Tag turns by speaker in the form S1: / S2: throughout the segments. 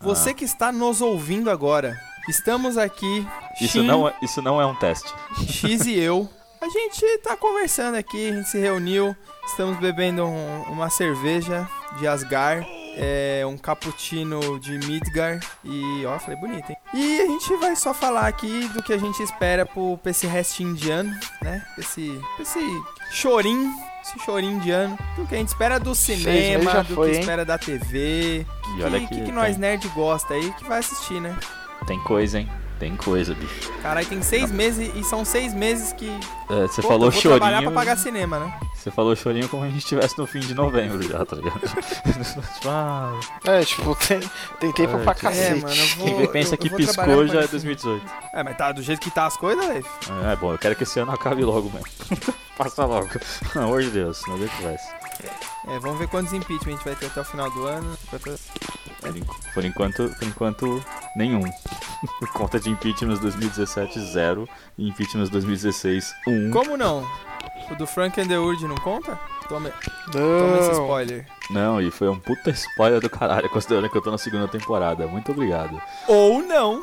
S1: Ah.
S2: Você que está nos ouvindo agora, estamos aqui.
S3: Isso
S2: Shin,
S3: não, é- isso não é um teste.
S2: X e eu. A gente tá conversando aqui, a gente se reuniu, estamos bebendo um- uma cerveja de Asgar, é, um cappuccino de Midgar e ó, falei bonito, hein? E a gente vai só falar aqui do que a gente espera pro, pra esse restinho de ano, né? Pra Esse, pra esse chorinho, esse chorinho de ano, do que a gente espera do
S1: Seis
S2: cinema,
S1: meses já
S2: do
S1: foi,
S2: que
S1: hein?
S2: espera da TV,
S3: E olha
S2: que,
S3: que, tá.
S2: que, que
S3: tem,
S2: nós nerd gosta aí que vai assistir, né?
S3: tem coisa, hein? Tem coisa, bicho.
S2: Caralho, tem seis meses e são seis meses que.
S3: É, você
S2: Pô,
S3: falou
S2: eu vou trabalhar
S3: chorinho.
S2: pra pagar cinema, né?
S3: Você falou chorinho como a gente estivesse no fim de novembro já, tá ligado? tipo, ah,
S1: É, tipo, tem, tem tempo
S3: É,
S1: pra
S3: tipo,
S1: cacete.
S2: É, mano, eu vou.
S3: quem pensa
S2: eu-
S3: que
S2: eu vou trabalhar
S3: piscou
S2: pra
S3: já é
S2: pagar
S3: 2018.
S2: cinema. É, mas tá, do jeito que tá as coisas, velho.
S3: É, bom, eu quero que esse ano acabe logo mesmo. Passa logo. Pelo amor de Deus, não aguento mais.
S2: É, vamos ver quantos impeachment a gente vai ter até o final do ano. Quantas-
S3: Por, en- por enquanto, por enquanto, nenhum. Conta de impeachments 2017, zero. E impeachments 2016, um.
S2: Como não? O do Frank Underwood não conta? Toma, toma esse
S1: Não.
S2: spoiler.
S3: Não, e foi um puta spoiler do caralho, considerando que eu tô na segunda temporada. Muito obrigado.
S2: Ou não.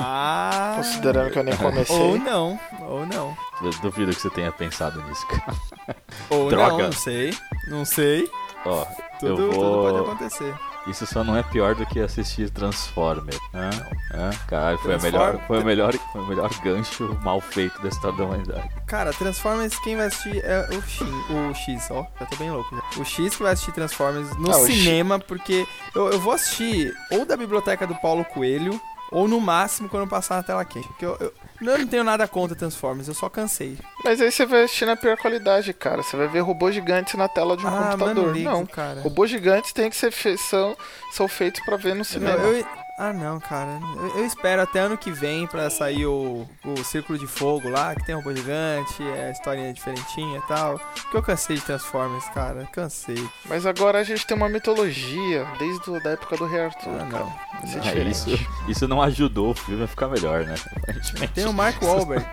S2: Ah.
S1: Considerando que eu nem
S2: Ou
S1: comecei.
S2: não. Ou não.
S3: Eu duvido que você tenha pensado nisso, cara.
S2: Ou não,
S3: Droga.
S2: não sei. Não sei.
S3: Ó,
S2: Tudo,
S3: eu
S2: tudo
S3: vou...
S2: pode acontecer.
S3: Isso só não é pior do que assistir Transformer. Hã? Hã? Caralho, foi, a melhor,
S2: Transform-
S3: foi, o melhor, foi o melhor gancho mal feito da história da humanidade.
S2: Cara, Transformers, quem vai assistir é o X, o X, ó, já tô bem louco já. O X que vai assistir Transformers no
S1: Ah, o X.
S2: cinema, porque eu, eu vou assistir ou da biblioteca do Paulo Coelho, ou no máximo quando passar na tela quente. Porque eu, eu, eu não tenho nada contra Transformers, eu só cansei.
S1: Mas aí você vai assistir na pior qualidade, cara. Você vai ver robôs gigantes na tela de um
S2: ah, mano,
S1: computador.
S2: ligo,
S1: não.
S2: cara.
S1: Robôs gigantes têm que ser fe- são, são feitos pra ver no
S2: Não,
S1: cinema.
S2: eu- ah, não, cara. Eu, eu espero até ano que vem pra sair o, o Círculo de Fogo lá, que tem robô gigante, é historinha diferentinha e tal. Porque eu cansei de Transformers, cara. Cansei.
S1: Mas agora a gente tem uma mitologia, desde o- da época do Rei Arthur,
S2: Ah,
S1: cara.
S2: não.
S1: Isso é
S3: Ah,
S1: diferente.
S3: isso, isso não ajudou o filme a ficar melhor, né? Aparentemente.
S2: Tem o Mark Wahlberg.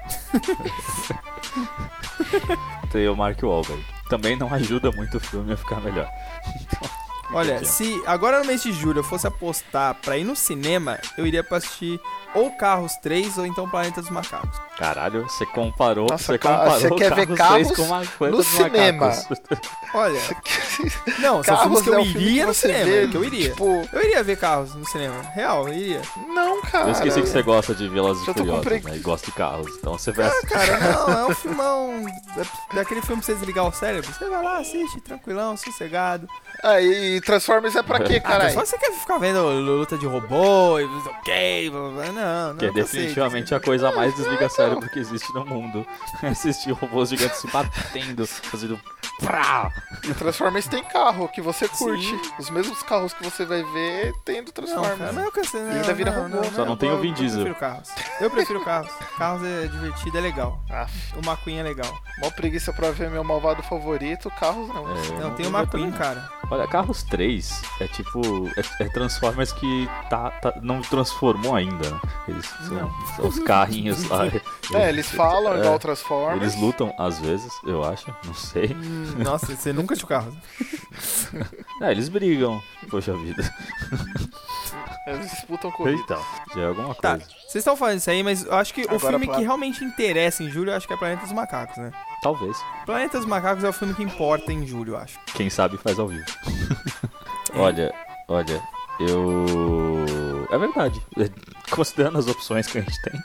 S1: um-
S3: Tem o Mark Wahlberg. Também não ajuda muito o filme a ficar melhor.
S2: Olha,
S3: Entendi.
S2: se agora no mês de julho eu fosse apostar pra ir no cinema, eu iria pra assistir ou Carros 3 ou então Planeta dos Macacos.
S3: Caralho, você comparou,
S1: Nossa,
S3: você
S1: cara,
S3: comparou
S1: você quer
S3: Carros
S1: ver
S3: 3
S1: Carros
S3: com uma coisa
S1: no
S3: dos
S1: cinema.
S3: macacos.
S2: Olha, não, são filmes
S1: Carros
S2: que eu
S1: é um filme
S2: iria
S1: que
S2: no
S1: você
S2: cinema,
S1: vê,
S2: que eu iria.
S1: Tipo,
S2: Eu iria ver Carros no cinema, real, eu iria.
S1: não, cara.
S3: Eu esqueci que você gosta de Velas
S1: Já
S3: e
S1: tô com
S3: Furiosas,
S1: preguiça.
S3: né? E gosta de carros. Então você vai
S2: Ah, cara, não, é um filmão da- daquele filme pra você desligar o cérebro. Você vai lá, assiste, tranquilão, sossegado.
S1: Ah, e e Transformers é pra quê,
S2: Ah,
S1: caralho?
S2: só você quer ficar vendo luta de robô e ok, blá, blá, blá. não, não.
S3: Que é
S2: eu cansei disso.
S3: definitivamente a coisa mais desliga cérebro que existe no mundo. Assistir robôs gigantes se batendo, fazendo prá.
S1: E Transformers tem carro que você curte.
S2: Sim.
S1: Os mesmos carros que você vai ver tem do
S2: Não, cara,
S1: Transformers.
S2: mas eu cansei. Não,
S1: ainda vira
S2: não,
S1: robô.
S2: não,
S1: Só
S3: não tem o
S2: eu-
S3: Vin Diesel.
S2: Eu prefiro carros. Eu prefiro carros. Carros é divertido, é legal.
S1: Ah,
S2: O McQueen é legal.
S1: mó preguiça pra ver meu malvado favorito, carros não.
S3: É, eu
S2: Não, tem o
S3: vou
S2: McQueen,
S3: também.
S2: cara.
S3: Olha, Carros 3 é tipo. É, é Transformers que tá, tá- não transformou ainda, né? Eles são,
S2: Não.
S3: são os carrinhos lá.
S1: É, eles falam
S3: é,
S1: igual Transformers.
S3: Eles lutam às vezes, eu acho, não sei.
S2: Hum, Nossa, você nunca tinha carro.
S3: É, eles brigam, poxa vida.
S1: Eles disputam corrida.
S3: Então, já é alguma
S2: Tá,
S3: coisa.
S2: vocês estão falando isso aí, mas eu acho que o
S1: Agora
S2: filme
S1: pra-
S2: que realmente interessa em julho, eu acho que é Planeta dos Macacos, né?
S3: Talvez.
S2: Planeta dos Macacos é o filme que importa em julho, eu acho. É.
S3: Quem sabe faz ao vivo. olha, olha, eu. É verdade. Considerando as opções que a gente tem,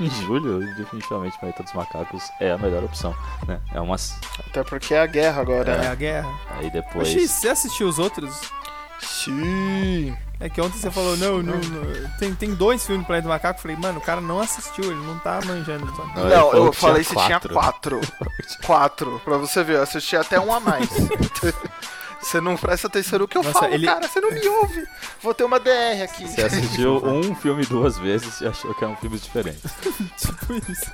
S3: em julho, definitivamente Planeta dos Macacos é a melhor opção. Né? É umas.
S1: Até porque é a guerra agora,
S2: É
S1: né?
S2: a guerra.
S3: Aí
S2: Mas,
S3: depois.
S2: X, você assistiu os outros?
S1: Sim.
S2: É que ontem você falou, não, não, não, tem, tem dois filmes do Planeta do Macaco. Eu falei, mano, o cara não assistiu, ele não tá manjando. Sabe?
S3: Não, ele
S1: Não,
S3: falou
S1: eu
S3: que
S1: falei se
S3: tinha
S1: tinha quatro. Quatro, pra você ver. Eu assisti até um a mais. Você não presta atenção no que eu
S2: Nossa,
S1: falo,
S2: ele-
S1: cara. Você não me ouve. Vou ter uma DR aqui.
S3: Você assistiu um filme duas vezes e achou que eram filmes diferentes.
S2: tipo isso.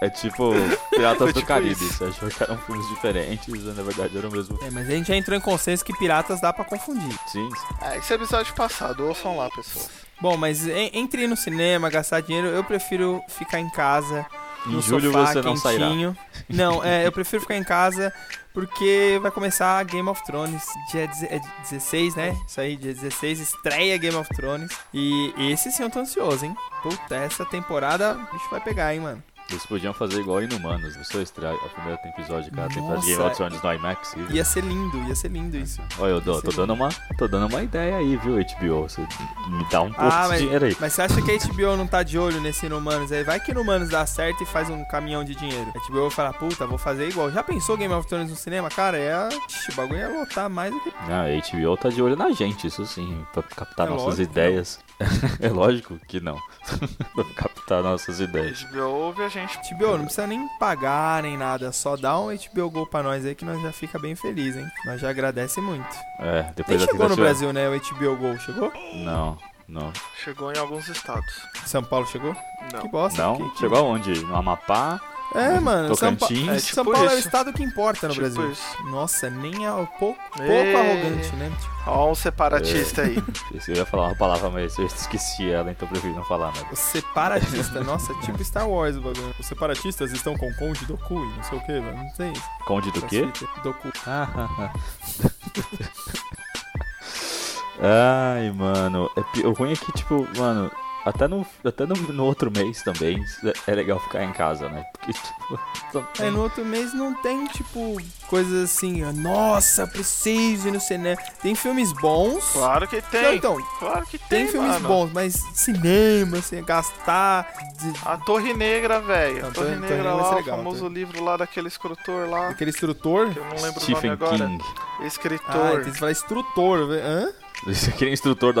S3: É tipo Piratas do
S1: tipo
S3: Caribe.
S1: isso.
S3: Você achou que eram filmes diferentes, mas na verdade era o mesmo.
S2: É, mas a gente já entrou em consenso que piratas dá pra confundir.
S3: Sim,
S1: Ah, esse é episódio passado. Ouçam lá, pessoal.
S2: Bom, mas en- entre ir no cinema, gastar dinheiro, eu prefiro ficar em casa.
S3: Em
S2: no
S3: julho
S2: sofá,
S3: você não sairá.
S2: quentinho. Não, é, eu prefiro ficar em casa porque vai começar Game of Thrones dia deze- é 16, né? Isso aí, dia 16, estreia Game of Thrones. E esse sim eu tô ansioso, hein? Puta, essa temporada o bicho vai pegar, hein, mano?
S3: Eles podiam fazer igual Inumanos, não sou estranho. O primeiro tem episódio, cara. Tem
S2: Nossa.
S3: episódio de Game of Thrones no IMAX. E...
S2: Ia ser lindo, ia ser lindo isso.
S3: Olha, eu dou, tô,
S2: Sim.
S3: dando uma, tô dando uma ideia aí, viu, HBO? Você me dá um pouco
S2: Ah,
S3: de
S2: mas-
S3: dinheiro aí.
S2: Mas você acha que a HBO não tá de olho nesse Inumanos aí? Vai que Inumanos dá certo e faz um caminhão de dinheiro. A HBO vai falar, puta, vou fazer igual. Já pensou Game of Thrones no cinema? Cara, é... a- Ixi, o bagulho ia lotar mais do que...
S3: Não, a HBO tá de olho na gente, isso sim, pra captar
S2: É
S3: nossas
S2: lógico,
S3: ideias. é lógico que não. pra captar nossas ideias.
S1: HBO ouve a gente.
S2: HBO, não precisa nem pagar nem nada. Só dá um HBO Go pra nós aí que nós já fica bem feliz, hein? Nós já agradece muito.
S3: É,
S2: Nem
S3: depois da
S2: chegou no
S3: tentativa-
S2: Brasil, né? O HBO Go chegou?
S3: Não, não.
S1: Chegou em alguns estados.
S2: São Paulo chegou? Que
S1: Não.
S2: bosta.
S3: Não?
S2: que-
S3: Chegou aonde? No Amapá?
S2: É, mano. São, Pa-
S3: Tocantins?
S2: é,
S1: É,
S2: São
S1: tipo
S2: Paulo é o
S1: isso.
S2: estado que importa no
S1: Tipo
S2: Brasil.
S1: isso.
S2: Nossa, nem é o pouco, pouco
S1: Ê.
S2: arrogante, né?
S1: Ó, um separatista
S3: É.
S1: aí.
S3: Eu ia falar uma palavra, mas eu esqueci ela, então eu prefiro não falar nada.
S2: O separatista, nossa, tipo Star Wars o bagulho. Os separatistas estão com Conde do cu e não sei o que, mano. Não sei.
S3: Conde
S2: Tá
S3: do quê?
S2: Do cu.
S3: Ai, mano. É, pi- o ruim é que, tipo, mano, até no, até no, no outro mês também é é legal ficar em casa, né? Porque, tipo,
S2: Aí
S3: também-
S2: É, no outro mês não tem, tipo, coisas assim, nossa, preciso ir no cinema. Tem filmes bons.
S1: Claro que
S2: Não,
S1: tem.
S2: então,
S1: Claro que
S2: tem
S1: tem.
S2: filmes
S1: mano.
S2: bons, mas cinema, assim, gastar. de-
S1: A Torre Negra, velho.
S2: Não,
S1: A Torre
S2: Torre- Torre
S1: Negra
S2: Negra vai
S1: lá,
S2: ser
S1: o
S2: legal,
S1: famoso
S2: Torre-
S1: livro lá daquele escritor lá.
S2: Aquele instrutor.
S1: Que eu não lembro
S3: Stephen
S1: o nome agora.
S3: King.
S2: Ah, tem
S1: Escritor.
S2: que falar instrutor, velho. Hã?
S3: Esse aqui é instrutor da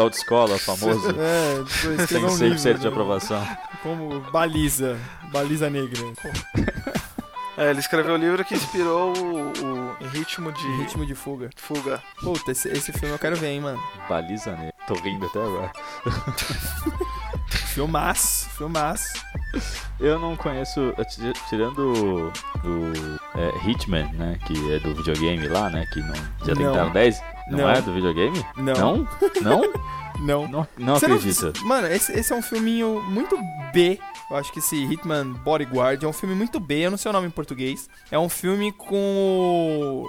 S3: autoescola, famoso.
S2: É, tipo,
S3: Tem
S2: escrever um
S3: 100%
S2: livro.
S3: de
S2: né?
S3: aprovação.
S2: Como baliza. Baliza negra.
S1: É, ele escreveu o livro que inspirou o, o- em ritmo de
S2: Ritmo de fuga.
S1: fuga.
S2: Puta, esse, esse filme eu quero ver, hein, mano.
S3: Baliza, né? Tô rindo até agora.
S2: Filmaço, filmaço.
S3: Eu não conheço, ti- tirando o, o, é, Hitman, né, que é do videogame lá, né, que não,
S2: Não.
S3: já tentaram 10, não,
S2: Não.
S3: é do videogame?
S2: Não.
S3: Não?
S2: Não.
S3: Não, não, não
S2: Você não-
S3: acredito.
S2: Mano, esse, esse é um filminho muito B. Eu acho que esse Hitman Bodyguard é um filme muito B, eu não sei o nome em português. É um filme com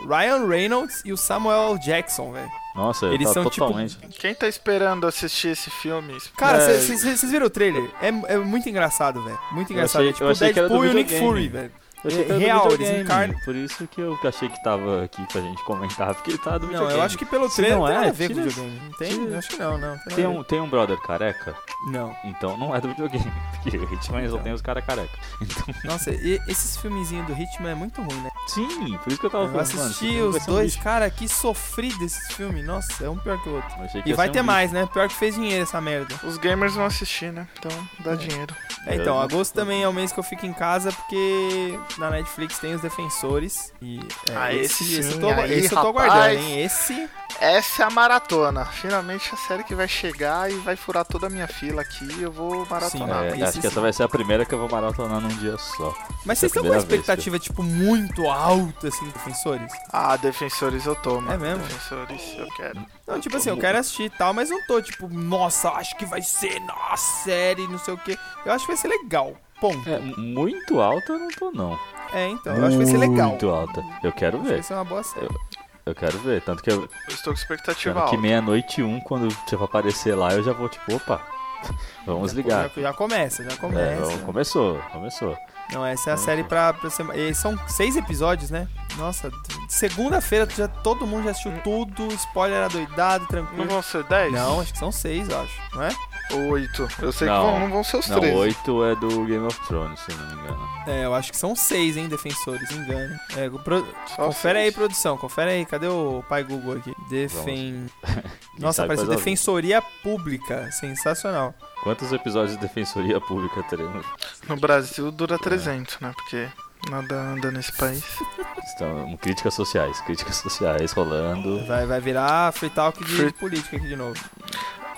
S2: o Ryan Reynolds e o Samuel L. Jackson, velho.
S3: Nossa, eu
S2: Eles
S3: tava
S2: são tipo-
S3: totalmente...
S1: Quem tá esperando assistir esse filme?
S2: Cara,
S3: É.
S2: vocês viram o trailer? É, é muito engraçado, velho. Muito engraçado.
S3: achei-
S2: é tipo
S3: eu achei que era do
S2: Deadpool e o Nick
S3: videogame.
S2: Fury, velho.
S3: Eu achei que era do
S2: Real, eles
S3: videogame,
S2: encarnam-
S3: Por isso que eu achei que tava aqui pra gente comentar, porque ele tava do
S2: Não,
S3: videogame.
S2: eu acho que pelo
S3: Se
S2: trailer
S3: não
S2: tem
S3: é,
S2: nada a ver com o
S3: tira-
S2: videogame. Não Tem?
S3: tira-
S2: Acho que não, não. nada
S3: Tem
S2: a
S3: um, tem um brother careca,
S2: ver. Não.
S3: então não é do videogame, porque o Hitman só
S2: Então.
S3: tem os caras careca.
S2: Nossa, e- esses filmezinhos do Hitman é muito ruim, né?
S3: Sim, por isso que eu tava
S2: Eu
S3: falando, mano,
S2: assisti
S3: esse filme vai
S2: os
S3: ser um
S2: dois,
S3: lixo.
S2: cara, que sofrido esses filmes. Nossa, é um pior que o outro.
S3: Eu achei que
S2: E
S3: ia
S2: vai
S3: ser um
S2: ter
S3: lixo.
S2: mais, né? Pior que fez dinheiro essa merda.
S1: É, Os gamers vão assistir, né? Então dá dinheiro.
S2: É, então,
S3: Eu-
S2: agosto também é o mês que eu fico em casa, porque na Netflix tem os defensores. E é,
S1: Ah,
S2: esse,
S1: esse
S2: esse eu
S1: sim,
S2: tô,
S1: aí,
S2: esse eu tô
S1: rapaz.
S2: aguardando, hein? Esse.
S1: Essa é a maratona. Finalmente a série que vai chegar e vai furar toda a minha fila aqui. e Eu vou maratonar.
S2: Sim,
S3: É,
S2: Esse
S3: acho que essa vai ser a primeira que eu vou maratonar num dia só.
S2: Mas
S3: Essa é
S2: vocês
S3: a
S2: estão com uma
S3: primeira vez,
S2: expectativa, tipo, muito alta, assim, defensores?
S1: Ah, defensores eu tomo.
S2: É mesmo?
S1: Defensores eu quero.
S2: Não, tipo assim, eu quero assistir e tal, mas não tô, tipo, nossa, acho que vai ser, nossa, série, não sei o quê. Eu acho que vai ser legal. Ponto.
S3: É, muito alta eu não tô, não.
S2: É, então, eu acho que vai ser legal.
S3: Muito alta. Eu quero
S2: Acho que vai
S3: ver,
S2: ser uma boa série.
S3: eu quero ver. Tanto que eu.
S1: Eu estou com expectativa
S3: Tanto que
S1: alta.
S3: meia-noite e um, quando tipo, aparecer lá, eu já vou, tipo, opa, vamos ligar.
S2: Já, já começa, já
S3: É,
S2: começa.
S3: vamos- começou, começou.
S2: Não, essa é a série pra, pra semana. E são seis episódios, né? Nossa, de segunda-feira já todo mundo já assistiu tudo, spoiler adoidado,
S1: Não
S2: tranquilo.
S1: vão ser 10?
S2: Não, acho que são seis, eu acho, não é?
S1: Ou 8? Eu sei
S3: Não.
S1: que vão, não vão ser os
S3: Não,
S1: 13.
S3: oito é do Game of Thrones, se eu não me engano.
S2: É, eu acho que são seis, hein, defensores, me engano. É, o pro-
S1: Só
S2: Confere aí,
S1: seis.
S2: produção, confere aí, cadê o pai Google aqui? Defen...
S3: Quem
S2: Nossa,
S3: sabe
S2: apareceu
S3: faz ao vivo.
S2: Defensoria Pública, sensacional.
S3: Quantos episódios de Defensoria Pública teremos?
S1: No Brasil dura 300, né? Porque nada anda nesse país.
S3: Estão, Então, críticas sociais, críticas sociais rolando.
S2: Vai, vai virar free talk de
S1: Free-
S2: política aqui de novo.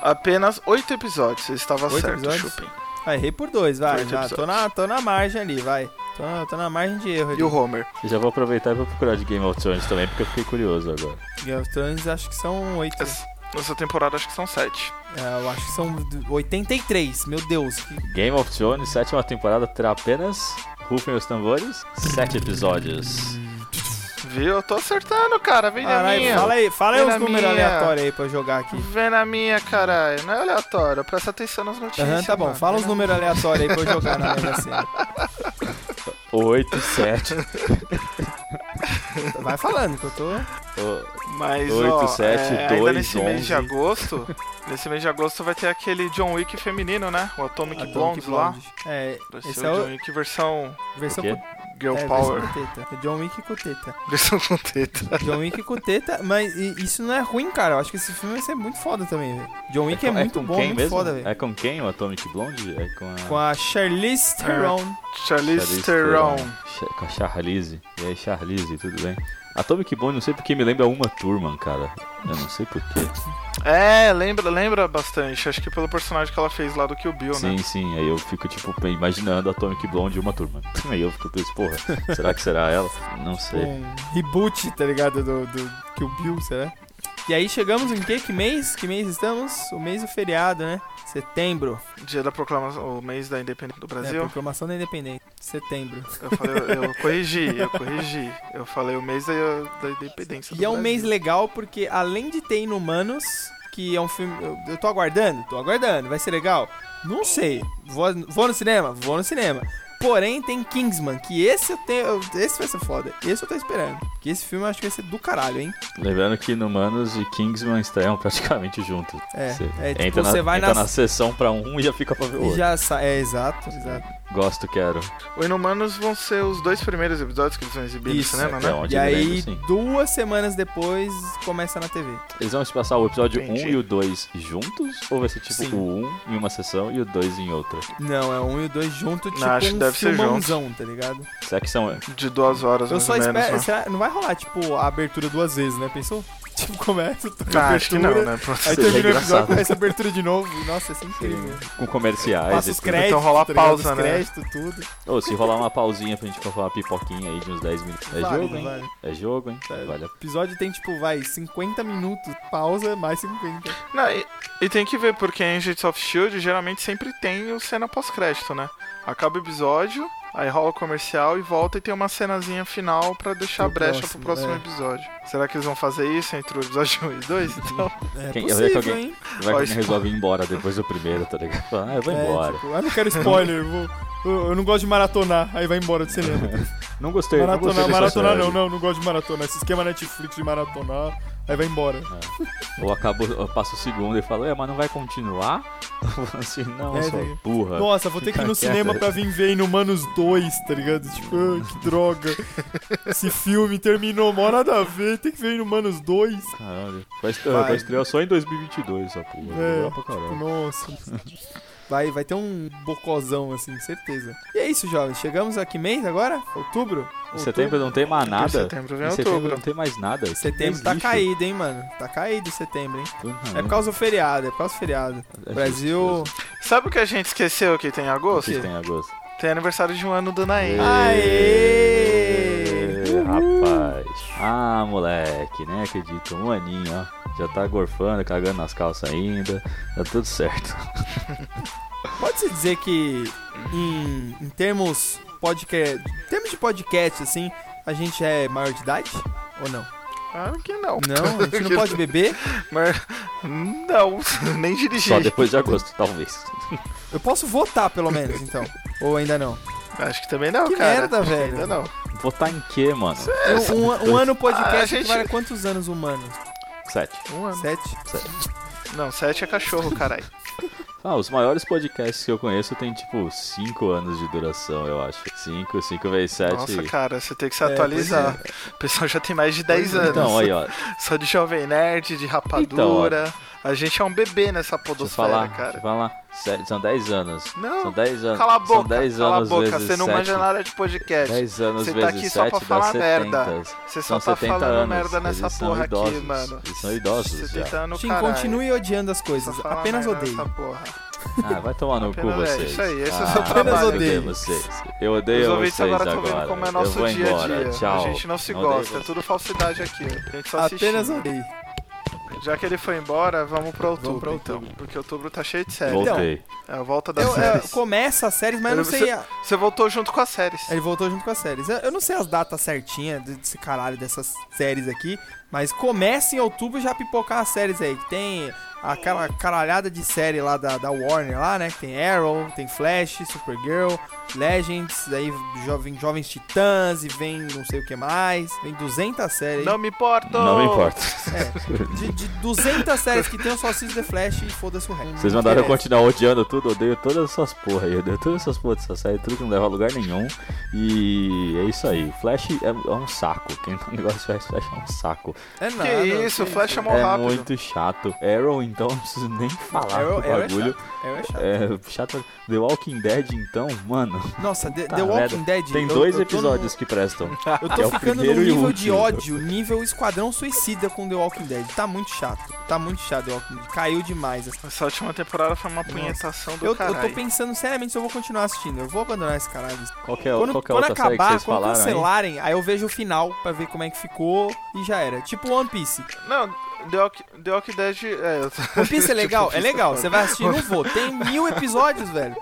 S1: Apenas 8 episódios, eu estava
S2: Oito
S1: certo,
S2: episódios?
S1: Chupin.
S2: Vai, Ah, errei por dois, vai,
S1: Oito
S2: já, tô, na, tô na margem ali, vai. Tô na, tô na margem de erro ali.
S1: E o Homer?
S3: Eu já vou aproveitar e vou procurar de Game of Thrones também, porque eu fiquei curioso agora.
S2: Game of Thrones acho que são oito.
S1: Essa, essa temporada acho que são 7.
S2: É, eu acho que são do- 83, meu Deus. que-
S3: Game of Thrones, sétima temporada, terá apenas, rufem os tambores, sete episódios.
S1: Viu? Eu tô acertando, cara. Vem na
S2: Caralho,
S1: minha.
S2: fala aí, fala aí
S1: Vem
S2: os
S1: na
S2: números
S1: minha.
S2: aleatórios aí pra eu jogar aqui.
S1: Vem na minha, caralho. Não é aleatório. Presta atenção nas notícias.
S2: Aham, tá bom,
S1: mano.
S2: fala os
S1: Vem na-
S2: números aleatórios aí pra eu jogar na Mega Sena.
S3: 8, 7,
S2: Vai falando que eu tô.
S1: Mas,
S3: Oito,
S1: ó,
S3: sete,
S1: é, ainda
S3: dois,
S1: nesse mês de
S3: onze.
S1: agosto, nesse mês de agosto vai ter aquele John Wick feminino, né? O Atomic,
S2: Atomic
S1: Blonde, lá.
S2: Blonde. É,
S1: Vai ser
S2: esse
S1: o
S2: é
S1: John
S2: o.
S1: Wick versão
S2: Versão,
S3: O quê?
S2: com,
S1: Girl
S2: é,
S1: Power.
S2: versão com teta. John Wick com teta.
S1: Versão com teta.
S2: John Wick com teta, mas e- isso não é ruim, cara. Eu acho que esse filme vai ser muito foda também, velho. John Wick é, muito
S3: com
S2: bom,
S3: quem
S2: muito
S3: mesmo?
S2: foda, velho.
S3: É com quem o Atomic Blonde? É com a...
S2: Com a Charlize Theron.
S1: Charlize Theron.
S3: Cha- Com a Charlize. E aí, Charlize, tudo bem? Atomic Blonde, não sei porque me lembra uma turma, cara. Eu não sei porquê.
S1: É, lembra, lembra bastante. Acho que pelo personagem que ela fez lá do Kill Bill, né?
S3: Sim, sim. Aí eu fico, tipo, imaginando Atomic Blonde e uma turma. Aí eu fico pensando, porra, será que será ela? Não sei.
S2: Um reboot, tá ligado? Do, do Kill Bill, será? E aí chegamos em que? Que mês? Que mês estamos? O mês do feriado, né? Setembro.
S1: Dia da proclamação, o mês da independência do
S2: É,
S1: Brasil.
S2: Proclamação da Independência. Setembro.
S1: Eu, falei, eu, eu corrigi, eu corrigi. Eu falei o mês da, da independência do
S2: E é um
S1: Brasil.
S2: mês legal porque além de ter Inumanos, que é um filme. Eu, eu tô aguardando, tô aguardando, vai ser legal? Não sei. Vou, vou no cinema? Vou no cinema. Porém, tem Kingsman, que esse eu tenho. eu- Esse vai ser foda. Esse eu tô esperando. Que esse filme eu acho que vai ser do caralho, hein?
S3: Lembrando que Inumanos e Kingsman estreiam praticamente juntos.
S2: É.
S3: Você
S2: é tipo,
S3: entra na,
S2: você vai
S3: entra
S2: na.
S3: na sessão pra um e já fica pra ver o
S2: e
S3: outro.
S2: Já sa... É, exato, exato.
S3: Gosto, quero.
S1: O Inumanos vão ser os dois primeiros episódios que eles vão exibir
S2: Isso, é
S1: no cinema,
S3: até
S1: né?
S3: onde
S2: E
S3: eu
S2: aí,
S3: lembro, sim.
S2: duas semanas depois, começa na TV.
S3: Eles vão se passar o episódio 1
S1: Entendi.
S3: e o 2 juntos? Ou vai ser tipo
S2: Sim.
S3: o 1 em uma sessão e o 2 em outra?
S2: Não, é um e o dois junto, tipo
S1: acho que
S2: um
S1: deve ser
S2: filmãozão, tá ligado?
S3: Será que são. eh,
S1: De duas horas,
S2: Eu
S1: mais
S2: só
S1: ou menos.
S2: espero.
S1: né?
S2: será- não vai rolar, tipo, a abertura duas vezes, né? Pensou? Tipo, começa, toca a
S1: Ah,
S2: abertura.
S1: acho que não, né? Pronto.
S2: Aí
S3: Seria
S2: termina o
S3: engraçado.
S2: episódio, começa a abertura de novo. Nossa, isso é incrível.
S3: com comerciais?
S2: Passa
S3: e
S2: os
S3: tudo?
S2: créditos.
S1: Então rola
S2: tá ligado?
S1: pausa,
S2: os
S1: né?
S2: créditos, tudo.
S3: Ô, se rolar uma pausinha pra gente comprar uma pipoquinha aí de uns 10 minutos. É
S2: Vale,
S3: jogo, hein?
S2: vale.
S3: É jogo, hein?
S2: Vale.
S3: Vale a
S2: O episódio tem, tipo, vai, 50 minutos, pausa, mais 50.
S1: Não, e, e tem que ver, porque em Agents of Shield geralmente sempre tem o cena pós-crédito, né? Acaba o episódio, aí rola o comercial e volta e tem uma cenazinha final pra deixar
S2: Pro
S1: brecha
S2: próximo,
S1: pro próximo
S2: é.
S1: episódio. Será que eles vão fazer isso entre o episódio 1 e 2? Então,
S2: É
S3: Quem- eu
S2: possível,
S3: lembro que alguém-
S2: hein?
S3: Vai
S1: Ó,
S3: que
S1: isso-
S3: alguém resolve ir embora depois do primeiro, tá ligado? Fala, Ah, eu vou
S2: É,
S3: embora.
S2: tipo, ah, não quero spoiler, eu vou- eu- eu não gosto de maratonar, aí vai embora do cinema.
S3: Não gostei, não gostei
S2: Maratonar,
S3: dessa
S2: maratonar
S3: série.
S2: não, não, não gosto de maratonar. Esse esquema Netflix de maratonar, aí vai embora.
S3: Ou acabo, eu passo o segundo e falo, é, mas não vai continuar? Eu falo assim, não,
S2: É,
S3: só
S2: tá ligado.
S3: burra.
S2: Nossa, vou ter que ir no
S3: Fica
S2: cinema
S3: quieto.
S2: pra vir ver Inumanos 2, tá ligado? Tipo, ah, que droga. Esse filme terminou, mó nada a ver, tem que ver Inumanos 2.
S3: Caralho. Vai, estre-
S2: Vai.
S3: vai estrear só em 2022, essa porra.
S2: É,
S3: Vai pra
S2: tipo,
S3: caralho.
S2: nossa. Vai, vai ter um bocozão, assim, certeza. E é isso, jovens. Chegamos a que mês agora? Outubro?
S3: Em setembro não tem mais
S1: em
S3: nada.
S1: setembro vem
S3: Em setembro não
S1: outubro.
S3: tem mais nada. Que
S2: Setembro
S3: mês
S2: tá
S3: lixo.
S2: caído, hein, mano. Tá caído setembro, hein.
S3: Porra, né?
S2: É por causa do feriado, é por causa do feriado.
S3: é
S2: Brasil.
S3: justo,
S1: Sabe o que a gente esqueceu que tem em
S3: justo.
S1: agosto?
S3: Vocês têm agosto.
S1: Tem aniversário de um ano do Naim.
S2: Aê!
S3: Ê, Rapaz. Ah, moleque, nem acredito. Um aninho, ó. Já tá gorfando, cagando nas calças ainda. Tá tudo certo.
S2: Pode-se dizer que em, em termos podcast, em termos de podcast, assim, a gente é maior de idade? Ou não?
S1: Claro Ah, que não.
S2: Não, a gente não pode beber.
S1: Mas, não, nem dirigir.
S3: Só depois de agosto, talvez.
S2: Eu posso votar, pelo menos, então. Ou ainda não.
S1: Acho que também não,
S2: Que
S1: cara.
S2: merda, velho.
S1: Ainda não.
S3: Votar tá em quê, mano?
S2: Um- Um, um ano
S1: Ah, É, a
S2: podcast
S1: gente-
S2: equivale a quantos anos humanos?
S3: Sete.
S1: Um ano.
S2: Sete?
S1: Não, sete é cachorro, caralho.
S3: Ah, os maiores podcasts que eu conheço tem tipo 5 anos de duração, eu acho. 5, 5 vezes 7.
S1: Nossa, cara, você tem que se
S2: É, pois é.
S1: atualizar. O pessoal já tem mais de 10 anos.
S3: Então, aí, ó. Então,
S1: Só de jovem nerd, de rapadura. a gente é um bebê
S3: Deixa
S1: nessa
S3: eu
S1: podosfera,
S3: falar. Deixa eu
S1: cara.
S3: falar. Sete- são 10 anos.
S1: Não,
S3: São 10 anos.
S1: Cala
S3: São
S1: a boca,
S3: 10
S1: cala a
S3: anos
S1: boca.
S3: vezes
S1: Você não manja
S3: 7.
S1: nada de podcast.
S3: 10 anos
S1: Você tá
S3: vezes
S1: aqui só
S3: 7
S1: pra
S3: dá
S1: falar
S3: 70.
S1: merda. Você só
S3: São
S1: tá
S3: 70
S1: falando
S3: anos.
S1: merda nessa
S3: Eles são
S1: porra aqui,
S3: idosos.
S1: mano.
S3: Eles são idosos
S1: 70
S3: já.
S1: anos,
S2: Sim,
S1: caralho.
S2: continue odiando as
S1: Só
S2: coisas.
S1: fala
S2: Apenas
S1: merda
S2: odeio.
S1: nessa porra.
S3: Ah, vai tomar no cu
S1: Apenas- é,
S3: vocês.
S1: isso aí, esse é o
S3: Ah,
S1: seu
S3: eu
S1: trabalho.
S2: Apenas
S3: odeio
S2: odeio.
S3: vocês. Eu odeio
S1: Os
S3: vocês
S1: ouvintes agora
S3: agora.
S1: estão vendo como é
S3: eu
S1: nosso
S3: vou
S1: dia
S3: embora.
S1: a dia.
S3: Tchau.
S1: A gente não se
S3: Não odeio
S1: gosta, é tudo falsidade aqui. ó. A gente só
S2: Apenas
S1: assistindo.
S2: odeio.
S1: Já que ele foi embora, vamos pra outubro,
S2: pra outubro.
S1: então. Porque outubro tá cheio de séries.
S2: Então,
S3: Voltei.
S1: É a volta das
S2: Eu, eu,
S1: séries.
S2: começa as séries, mas eu não
S1: Você-
S2: sei. a-
S1: Você voltou junto com as séries.
S2: Ele voltou junto com as séries. Eu- Eu não sei as datas certinhas de- desse caralho dessas séries aqui, mas começa em outubro já pipocar as séries aí. Que tem aquela caralhada de série lá da, da Warner lá, né? Que tem Arrow, tem Flash, Supergirl, Legends, daí jo- vem Jovens Titãs e vem não sei o que mais. Vem 200 séries. É,
S1: Não me importo!
S3: Não me importa.
S2: De, de 200 séries que tem, eu só assisto The Flash e foda-se o resto. É,
S3: Vocês mandaram eu
S2: Interessa.
S3: continuar odiando tudo, odeio todas essas porra aí, odeio todas essas porra dessa série, tudo que não leva a lugar nenhum. E é isso aí. Flash é, é um saco. Quem tá no negócio de Flash, Flash é um saco.
S2: É
S1: Que
S2: nada,
S1: isso, o
S2: que
S1: Flash é mó
S3: é
S1: rápido.
S3: muito chato. Arrow, então, não preciso nem falar
S2: Arrow-
S3: do
S2: Arrow é
S3: bagulho.
S2: É, é chato.
S3: É chato. The Walking Dead, então, mano,
S2: Nossa, The,
S3: Tá,
S2: The Walking
S3: merda.
S2: Dead.
S3: tem
S2: eu-
S3: dois
S2: eu tô num-
S3: episódios que prestam.
S2: Eu
S3: Que é
S2: tô ficando
S3: o
S2: num
S3: primeiro e o
S2: nível de
S3: último.
S2: ódio, nível Esquadrão Suicida com The Walking Dead. Tá muito chato. Tá muito chato The Walking Dead. Caiu demais. assim.
S1: Essa última temporada foi uma punhetação do
S2: Eu, eu
S1: caralho.
S2: tô pensando seriamente se eu vou continuar assistindo. Eu vou abandonar esse caralho.
S3: Qual que é,
S2: Quando,
S3: qual que é a
S2: quando
S3: outra série que
S2: acabar,
S3: vocês
S2: quando
S3: falaram aí?
S2: cancelarem, aí eu vejo o final pra ver como é que ficou e já era. Tipo One Piece.
S1: Não, The Walk- The Walking Dead... É, eu tô-
S2: One Piece é legal?
S1: Tipo,
S2: É legal. Você vai assistir, não vou. Tem mil episódios, velho.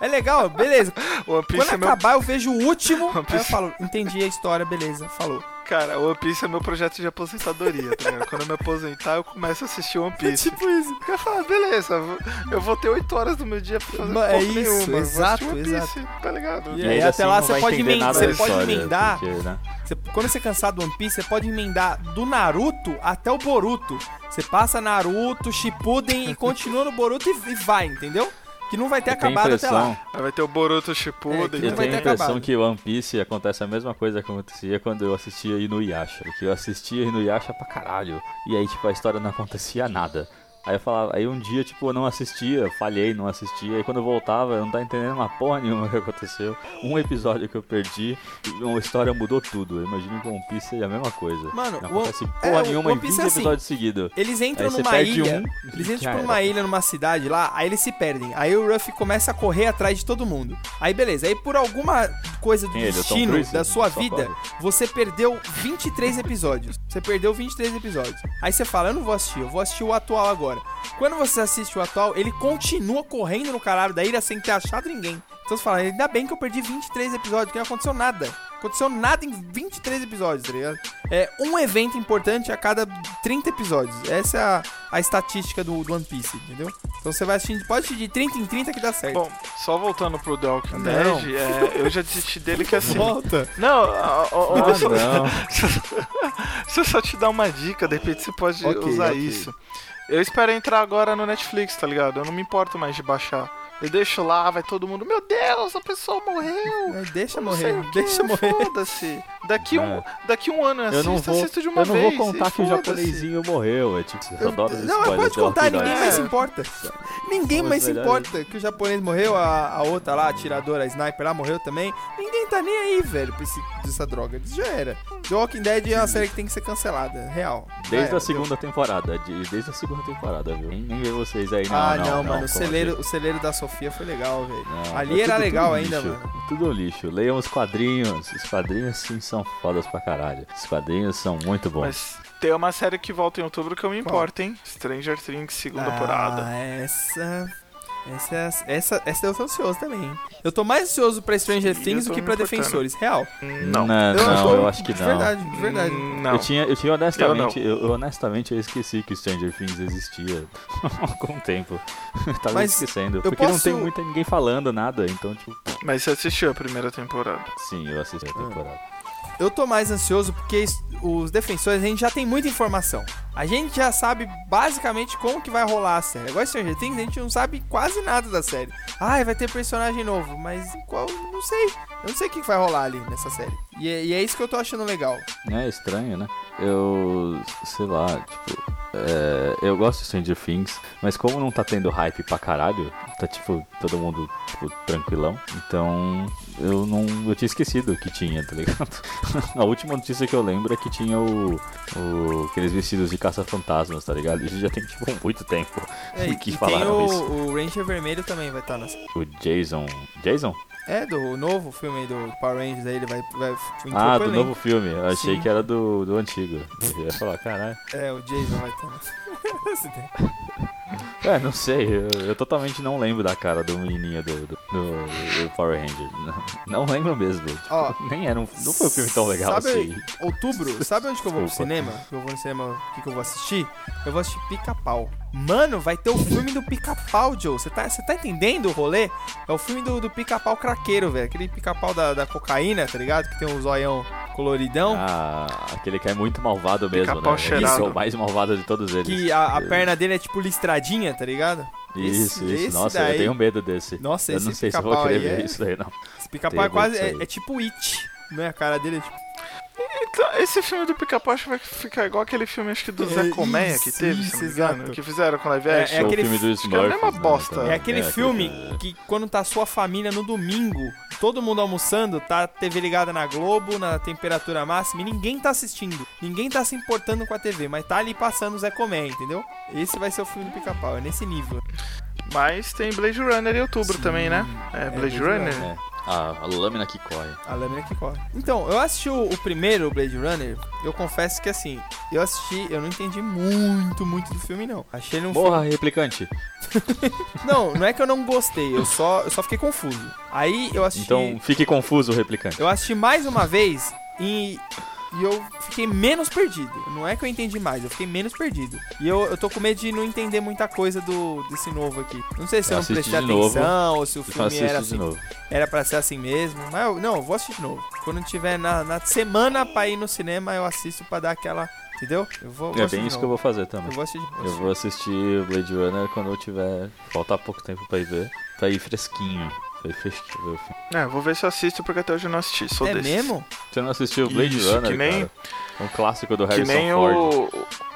S2: É legal, beleza.
S1: One Piece
S2: Quando
S1: é meu...
S2: acabar, eu vejo o último,
S1: One
S2: aí eu
S1: Piece-
S2: falo, entendi a história, beleza, falou.
S1: Cara, One Piece é meu projeto de aposentadoria, tá ligado? Quando eu me aposentar, eu começo a assistir One
S2: É
S1: Piece.
S2: tipo isso.
S1: Eu falo, beleza, eu vou- eu vou ter 8 horas do meu dia pra fazer
S2: Ma- é
S1: porra
S2: isso,
S1: nenhuma. eu vou assistir
S2: exato,
S1: One Piece, tá ligado?
S2: E
S3: ainda
S2: aí, é, até lá,
S3: assim não
S2: você
S3: vai
S2: pode
S3: entender
S2: emendar-
S3: nada
S2: você
S3: da
S2: pode
S3: história,
S2: emendar.
S3: porque, né?
S2: Você- quando você cansar do One Piece, você pode emendar do Naruto até o Boruto. Você passa Naruto, Shippuden e continua no Boruto e, e vai, entendeu? Que não vai ter
S3: Eu tenho
S2: acabado até
S3: impressão-
S2: lá.
S1: Aí vai ter o Boruto
S2: É, que
S1: Shippuden.
S2: não
S3: Eu
S2: vai
S3: tenho
S2: ter
S3: a impressão
S2: acabado.
S3: que One Piece acontece a mesma coisa que acontecia quando eu assistia Inuyasha. Que eu assistia Inuyasha pra caralho. E aí, tipo, a história não acontecia nada. Aí eu falava, aí um dia, tipo, eu não assistia, falhei, não assistia. Aí quando eu voltava, eu não tava entendendo uma porra nenhuma que aconteceu. Um episódio que eu perdi, uma história mudou tudo. Eu imagino que One Piece seja a mesma coisa.
S2: Mano,
S3: Não
S2: o One-
S3: acontece
S2: é,
S3: porra
S2: o
S3: nenhuma em
S2: One
S3: 20
S2: Piece é assim.
S3: episódios seguidos.
S2: eles entram
S3: Aí você
S2: numa
S3: perde
S2: ilha.
S3: um,
S2: Eles
S3: já
S2: entram tipo
S3: era.
S2: numa ilha, numa cidade lá, aí eles se perdem. Aí o Ruffy começa a correr atrás de todo mundo. Aí beleza, aí por alguma coisa do
S3: Quem é ele? O Tom
S2: destino
S3: Cruise?
S2: da sua
S3: Só
S2: vida, você perdeu 23 episódios. Você perdeu 23 episódios. Aí você fala, eu não vou assistir, eu vou assistir o atual agora. Quando você assiste o atual, ele continua correndo no caralho da ilha sem ter achado ninguém. Então você fala, ainda bem que eu perdi 23 episódios, porque não aconteceu nada. Aconteceu nada em 23 episódios, tá ligado? É um evento importante a cada 30 episódios. Essa é a, a estatística do, do One Piece, entendeu? Então você vai assistindo, pode assistir de 30 em 30 que dá certo.
S1: Bom, só voltando pro The Walking
S2: Não.
S1: Dead, é, eu já desisti dele que assim...
S2: Volta.
S1: Não, ó, ó, ó,
S3: Ah,
S1: só-
S3: não.
S1: Se eu só te dar uma dica, de repente você pode
S2: Ok,
S1: usar
S2: ok.
S1: isso. Eu espero entrar agora no Netflix, tá ligado? Eu não me importo mais de baixar. Eu deixo lá, vai todo mundo, meu Deus, a pessoa morreu.
S2: É, Deixa
S1: Eu não sei
S2: morrer,
S1: o que,
S2: deixa morrer.
S1: Foda-se. Daqui, um,
S3: É.
S1: daqui um ano eu
S3: Eu
S1: assisto,
S3: não vou,
S1: assisto de uma
S3: eu não
S1: vez.
S3: vou contar
S1: e
S3: que o
S1: foda-se.
S3: japonesinho morreu. É tipo, eu adoro os
S2: Não, mas
S3: spoilers
S2: pode
S3: do
S2: contar,
S3: Walking Dead.
S2: ninguém mais se importa. Ninguém
S3: Os
S2: mais se
S3: melhores-
S2: importa que o japonês morreu, a, a outra lá, a atiradora, a sniper lá, morreu também. Ninguém tá nem aí, velho, pra esse, dessa droga. Isso já era. The Walking Dead é uma série que tem que ser cancelada, real. Já
S3: Desde
S2: era,
S3: a segunda temporada, de- desde a segunda temporada, viu? Nem, nem ver vocês aí,
S2: deu.
S3: não.
S2: Ah,
S3: não,
S2: não, mano,
S3: como
S2: o, celeiro,
S3: assim?
S2: o celeiro da Sofia foi legal, velho.
S3: Não,
S2: Ali
S3: é tudo-
S2: era
S3: tudo
S2: legal
S3: um
S2: ainda,
S3: lixo,
S2: mano.
S3: Tudo um lixo. Leiam os quadrinhos. Os quadrinhos, sim, são fodas pra caralho. Os quadrinhos são muito bons.
S1: Mas tem uma série que volta em outubro que eu me
S2: Qual?
S1: importo, hein? Stranger Things, segunda temporada.
S2: Ah, essa. Essa, é essa, essa eu tô ansioso também. hein? Eu tô mais ansioso pra Stranger
S1: Sim,
S2: Things
S1: eu
S2: do
S1: tô
S2: que
S1: me
S2: pra
S1: importando.
S2: Defensores, real.
S1: Não.
S3: Não,
S2: Eu
S3: não,
S2: tô-
S3: eu acho que
S2: de
S3: não.
S2: Verdade, de verdade.
S1: Hum, Não.
S3: Eu tinha, eu tinha honestamente,
S1: Eu
S3: eu, eu honestamente eu esqueci que Stranger Things existia com o tempo. Tava
S2: Mas
S3: esquecendo.
S2: eu
S3: Porque não
S2: posso-
S3: tem muita ninguém falando nada, então, tipo,
S1: Mas você assistiu a primeira temporada.
S3: sim, eu assisti
S2: Ah.
S3: a temporada.
S2: Eu tô mais ansioso porque es- os defensores a gente já tem muita informação. A gente já sabe basicamente como que vai rolar a série. Agora Stranger Things a gente não sabe quase nada da série. Ah, vai ter personagem novo, mas qual? Não sei. Eu não sei o que vai rolar ali nessa série. E é, e é isso que eu tô achando legal.
S3: É estranho, né? Eu. sei lá, tipo. é, eu gosto de Stranger Things, mas como não tá tendo hype pra caralho, tá tipo todo mundo tipo, tranquilão, então eu não. Eu tinha esquecido que tinha, tá ligado? A última notícia que eu lembro é que tinha o. o- aqueles vestidos de caça-fantasmas, tá ligado? Isso já tem tipo muito tempo
S2: É, e
S3: que
S2: e tem
S3: falaram
S2: o,
S3: isso.
S2: o Ranger Vermelho também vai estar nessa.
S3: O Jason. Jason?
S2: É, do novo filme aí do Power Rangers aí, ele vai. vai tipo, entrou
S3: ah,
S2: pro
S3: do
S2: elenco.
S3: novo filme. Eu achei
S2: Sim.
S3: que era do, do antigo. Eu ia falar, caralho.
S2: É, o Jason vai estar nessa.
S3: É, não sei, eu, eu totalmente não lembro da cara do menininho do, do, do- do Power Ranger. Não, não lembro mesmo. Tipo,
S2: Ó,
S3: nem era um, não foi um filme tão legal
S2: sabe,
S3: assim.
S2: Outubro, sabe onde que eu vou pro
S3: Desculpa.
S2: cinema? Que eu vou no cinema, o que, que eu vou assistir? Eu vou assistir Pica-Pau. Mano, vai ter o filme do Pica-Pau, Joe. Você tá, você tá entendendo o rolê? É o filme do, do Pica-Pau craqueiro, velho. Aquele Pica-Pau da, da cocaína, tá ligado? Que tem um zoião coloridão.
S3: Ah, aquele que é muito malvado mesmo,
S1: Pica-pau
S3: né?
S1: cheirado.
S3: Esse é o mais malvado de todos eles.
S2: Que a, a perna dele é tipo listradinha, tá ligado?
S3: Isso,
S2: esse-
S3: isso.
S2: esse
S3: Nossa,
S2: daí-
S3: eu tenho medo desse.
S2: Nossa,
S3: eu
S2: esse
S3: não sei se eu vou
S2: pica-pau
S3: querer
S2: aí
S3: ver
S2: é-
S3: isso aí, não.
S2: Esse Pica-Pau é
S3: Tem
S2: quase.
S3: muito
S2: É,
S3: isso aí.
S2: é tipo It, né? A cara dele é tipo.
S1: Então, esse filme do Pica-Pau acho que vai ficar igual aquele filme acho que do Zé
S2: É,
S1: Colmeia que
S2: isso,
S1: teve, se não me
S2: isso,
S1: engano,
S2: exato.
S1: que fizeram com live
S2: É,
S1: action.
S3: Ou
S2: aquele
S3: o filme do
S1: que é a
S3: Smurfs,
S1: mesma
S3: né,
S1: bosta.
S3: também.
S2: É aquele filme
S3: aquele-
S2: que quando tá sua família no domingo, todo mundo almoçando, tá a TV ligada na Globo, na temperatura máxima, e ninguém tá assistindo. Ninguém tá se importando com a TV, mas tá ali passando o Zé Comé, entendeu? Esse vai ser o filme do pica-pau, é nesse nível.
S1: Mas tem Blade Runner em outubro
S2: Sim,
S1: também, né? É,
S2: é
S1: Blade
S2: Blade
S1: Runner.
S2: Runner.
S3: É. Ah, a lâmina que corre.
S2: A lâmina que corre. Então, eu assisti o, o primeiro o Blade Runner, eu confesso que assim, eu assisti, eu não entendi muito, muito do filme, não. Achei ele um filme.
S3: Morra, replicante.
S2: Não, não é que eu não gostei, eu só, eu só fiquei confuso. Aí eu assisti.
S3: Então fique confuso, replicante.
S2: Eu assisti mais uma vez e, e eu fiquei menos perdido. Não é que eu entendi mais, eu fiquei menos perdido. E eu, eu tô com medo de não entender muita coisa do, desse novo aqui. Não sei se eu, não
S3: Assiste
S2: prestei
S3: de novo.
S2: atenção ou se o
S3: Então
S2: filme
S3: assiste
S2: era
S3: de
S2: assim,
S3: novo.
S2: era pra ser assim mesmo. Mas eu, não, eu vou assistir de novo. Quando tiver na, na semana pra ir no cinema, eu assisto pra dar aquela. Entendeu? Eu vou, vou
S3: É
S2: assistir
S3: bem
S2: de
S3: isso que eu
S2: novo.
S3: vou fazer também.
S2: Eu vou assistir. de
S3: Eu
S2: novo.
S3: vou assistir o Blade Runner quando eu tiver. Falta pouco tempo pra ir ver. Tá aí fresquinho. Foi fresquinho ver o filme.
S1: É, vou ver se eu assisto porque até hoje eu não assisti, sou
S2: É
S1: desses.
S2: mesmo?
S3: Você não assistiu o Blade
S1: Isso,
S3: Runner?
S1: que nem-
S3: cara? Um clássico do
S1: Que
S3: Harrison
S1: nem
S3: Ford.
S1: o. Que,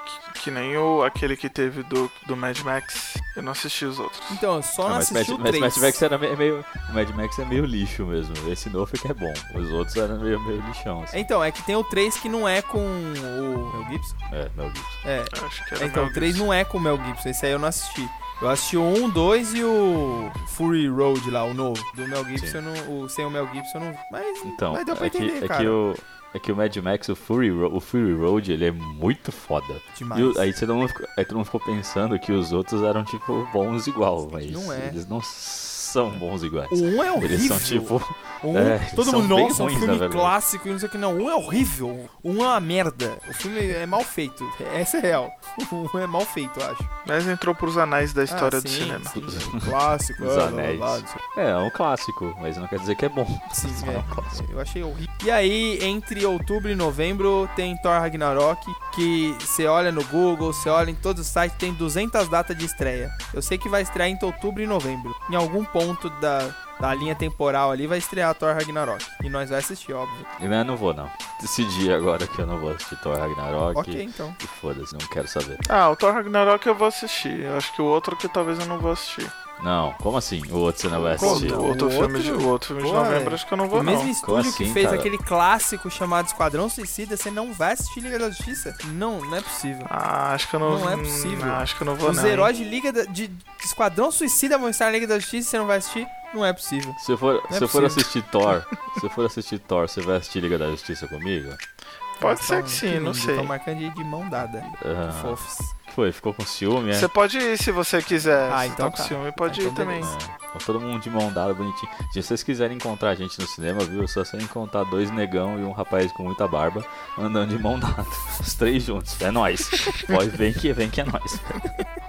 S1: que nem o aquele que teve do, do Mad Max. Eu não assisti os outros.
S2: Então, eu só
S3: Ah,
S2: não
S3: mas Mad,
S2: assisti o
S3: Mad-
S2: 3.
S3: Mad Max era me- meio. O Mad Max é meio lixo mesmo. Esse novo é que é bom. Os outros eram meio, meio lixão. Assim.
S2: Então, é que tem o 3 que não é com o. É o Gibson?
S3: É, Mel Gibson.
S2: É,
S1: Eu Acho que
S2: É,
S1: era
S2: então,
S1: Mel
S2: o 3
S1: Gibson.
S2: não é com o Mel Gibson, esse aí eu não assisti. Eu assisti o 1, 2 e o Fury Road lá, o novo. Do Mel Gibson,
S3: Sim.
S2: eu não, o, sem o Mel Gibson, eu não. Mas,
S3: Então,
S2: mas deu pra
S3: é, que,
S2: entender,
S3: é,
S2: cara.
S3: que o, é que o Mad Max, o Fury, Ro- o Fury Road, ele é muito foda.
S2: Demais.
S3: E o- aí, todo mundo ficou, aí todo mundo ficou pensando que os outros eram, tipo, bons igual, mas
S2: Não é.
S3: eles não são bons iguais.
S2: O 1 é horrível.
S3: Eles são, tipo,
S2: O um,
S3: é,
S2: todo
S3: são
S2: mundo,
S3: bem
S2: nossa, um
S3: ruins,
S2: filme
S3: na verdade.
S2: clássico e não sei o que. Não, o 1 é horrível. O 1 é uma merda. O filme é mal feito. Essa é real. O 1 é mal feito, eu acho.
S1: Mas entrou pros anais da história
S2: Ah,
S1: do
S2: sim,
S1: cinema.
S2: sim, um clássico.
S3: Os
S2: blá, blá,
S3: Anéis.
S2: blá, blá,
S3: tipo, é, é um clássico, mas não quer dizer que é bom.
S2: Sim,
S3: Só
S2: é.
S3: um clássico.
S2: Eu achei horrível. E aí, entre outubro e novembro, tem Thor Ragnarok, que você olha no Google, você olha em todos os sites, tem 200 datas de estreia. Eu sei que vai estrear entre outubro e novembro. Em algum ponto da, da linha temporal ali vai estrear Thor Ragnarok. E nós vai assistir, óbvio.
S3: Eu né, não- não vou, não. Decidi agora que eu não vou assistir Thor Ragnarok.
S2: Ok, então.
S3: E foda-se, não quero saber.
S1: Ah, o Thor Ragnarok eu vou assistir. Eu acho que o outro que talvez eu não vou assistir.
S3: Não, como assim? O outro você não vai
S2: Como?
S3: assistir?
S1: o
S2: O
S1: outro filme de,
S2: outro?
S1: o outro filme de
S2: Pô,
S1: novembro
S2: é.
S1: acho que eu não
S2: O
S1: vou
S2: mesmo
S1: não.
S2: estúdio que
S3: assim,
S2: fez
S3: cara?
S2: aquele clássico chamado Esquadrão Suicida, você não vai assistir Liga da Justiça? Não, não é possível.
S1: Ah, acho que eu não.
S2: Não é possível.
S1: Não, acho que eu não vou
S2: Os
S1: não. hein?
S2: heróis de Liga da- de Esquadrão Suicida vão estar na Liga da Justiça e você não vai assistir? Não é possível.
S3: Se eu for, se eu for
S2: possível.
S3: assistir Thor, se eu for assistir Thor, você vai assistir Liga da Justiça comigo?
S1: Pode
S2: Eles
S1: ser
S2: tão-
S1: que sim, não
S2: lindo,
S1: sei.
S2: Tão marcando tá de, de mão dada.
S3: Ah,
S2: Que fofos.
S3: que foi? Ficou com ciúme, é?
S1: Você pode ir se você quiser.
S2: Ah,
S1: Se
S2: então
S1: tá com
S2: tá.
S1: ciúme, pode
S2: Então
S1: ir também.
S2: beleza.
S3: É, com todo mundo de mão dada, bonitinho. Se vocês quiserem encontrar a gente no cinema, viu? Eu Só sei encontrar dois negão e um rapaz com muita barba andando de mão dada. Os três juntos. É nóis. Pode, vem que vem que é nóis.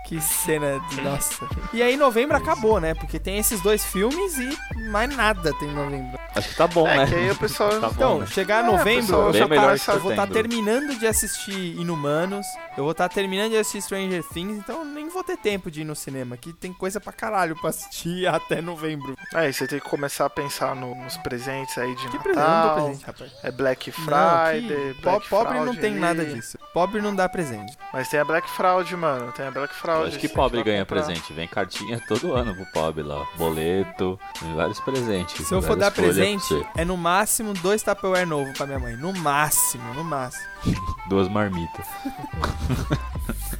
S2: Que cena de nossa. E aí novembro acabou, né? Porque tem esses dois filmes e mais nada tem em novembro.
S3: Acho que tá bom,
S1: É,
S3: né?
S1: que aí o pessoal-
S3: Tá bom,
S2: Então,
S3: né?
S2: chegar
S1: É,
S2: novembro,
S1: pessoal,
S2: eu
S3: bem
S2: já
S3: melhor
S2: tá,
S3: que
S2: eu vou estar
S3: setembro.
S2: terminando de assistir Inumanos, eu vou estar terminando de assistir Stranger Things, então eu nem vou ter tempo de ir no cinema, que tem coisa pra caralho pra assistir até novembro.
S1: Aí É, você tem que começar a pensar no- nos presentes aí de
S2: Que presente, Ah, não dou
S1: Natal.
S2: presente, rapaz.
S1: é Black
S2: Não,
S1: Friday,
S2: que- po-
S1: Black
S2: pobre
S1: Fraud
S2: não tem
S1: ali.
S2: nada disso. Pobre não dá presente.
S1: Mas tem a Black Fraud, mano. Tem a Black Fraud.
S3: Eu Acho que
S1: você
S3: pobre
S1: vai
S3: ganha
S1: comprar.
S3: presente. Vem cartinha todo ano pro pobre lá. Boleto, tem vários presentes.
S2: Se eu for
S3: várias
S2: dar
S3: folhas pra
S2: presente,
S3: você.
S2: é no máximo dois Tupperware novo pra minha mãe. No máximo, no máximo.
S3: Duas marmitas.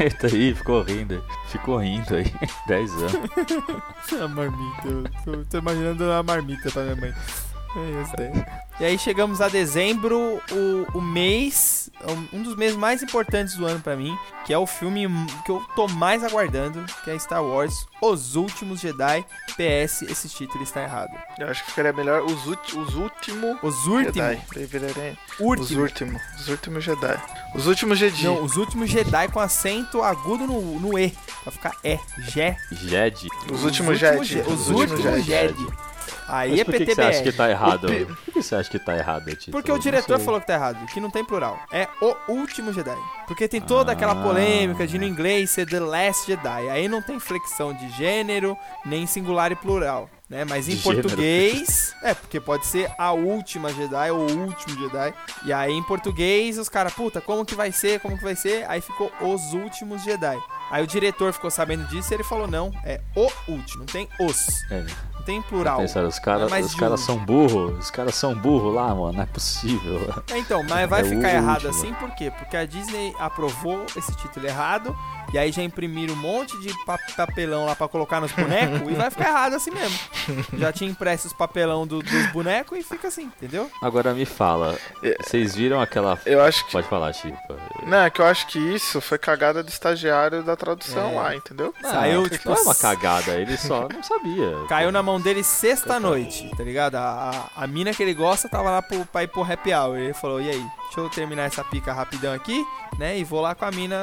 S3: Eita aí, ficou rindo. Ficou rindo aí. 10 anos.
S2: é A marmita, eu tô, tô imaginando a marmita pra minha mãe. É, Eu sei. E aí chegamos a dezembro, o, o mês, um dos meses mais importantes do ano pra mim, que é o filme que eu tô mais aguardando, que é Star Wars Os Últimos Jedi. PS, esse título está errado.
S1: Eu acho que ficaria melhor os, ulti- os últimos
S2: Os Últimos.
S1: Jedi. Daí viraria Os
S2: Últimos.
S1: últimos. Os últimos Jedi. Os últimos Jedi.
S2: Não, os últimos Jedi com acento agudo no, no E. Pra ficar E. Je.
S3: Jedi.
S1: os últimos Jedi.
S2: Je- Os
S3: Os últimos
S2: últimos Jedi.
S3: Jedi.
S2: Aí
S3: Mas
S2: é
S3: por que, que você acha que
S2: PTBR.
S3: tá errado?
S1: O pi-
S3: Por que você acha que tá errado, Tito?
S2: Porque o
S3: Eu não
S2: diretor
S3: sei.
S2: falou que tá errado, que não tem plural. É o último Jedi. Porque tem toda aquela
S3: Ah.
S2: polêmica de no inglês ser The Last Jedi. Aí não tem flexão de gênero, nem singular e plural. Né? Mas em
S3: De gênero.
S2: português. É, porque pode ser a última Jedi ou o último Jedi. E aí em português os caras, puta, como que vai ser? Como que vai ser? Aí ficou os últimos Jedi. Aí o diretor ficou sabendo disso e ele falou: não, é o último, não tem os,
S3: É,
S2: não tem plural.
S3: pensaram, os caras
S2: É mais
S3: os
S2: de
S3: caras
S2: um.
S3: são burros. Os caras são burros lá, mano. Não é possível.
S2: É, Então, mas vai
S3: É o
S2: ficar errado
S3: último.
S2: assim por quê? Porque a Disney aprovou esse título errado e aí já imprimiram um monte de pa- papelão lá pra colocar nos bonecos e vai ficar errado assim mesmo. Já tinha impresso os papelão do- dos bonecos e fica assim, entendeu?
S3: Agora me fala.
S1: É.
S3: Vocês viram aquela.
S1: Eu acho que.
S3: Pode falar, Chipa.
S1: Não, é que eu acho que isso foi cagada do estagiário da tradução
S2: É.
S1: lá, entendeu?
S2: Saiu,
S3: não
S2: tipo,
S3: Não é uma cagada, ele só não sabia.
S2: Caiu na mão dele sexta-noite, tá ligado? A, a, a mina que ele gosta tava lá pro, pra ir pro happy hour. Ele falou, e aí, deixa eu terminar essa pica rapidão aqui, né? E vou lá com a mina,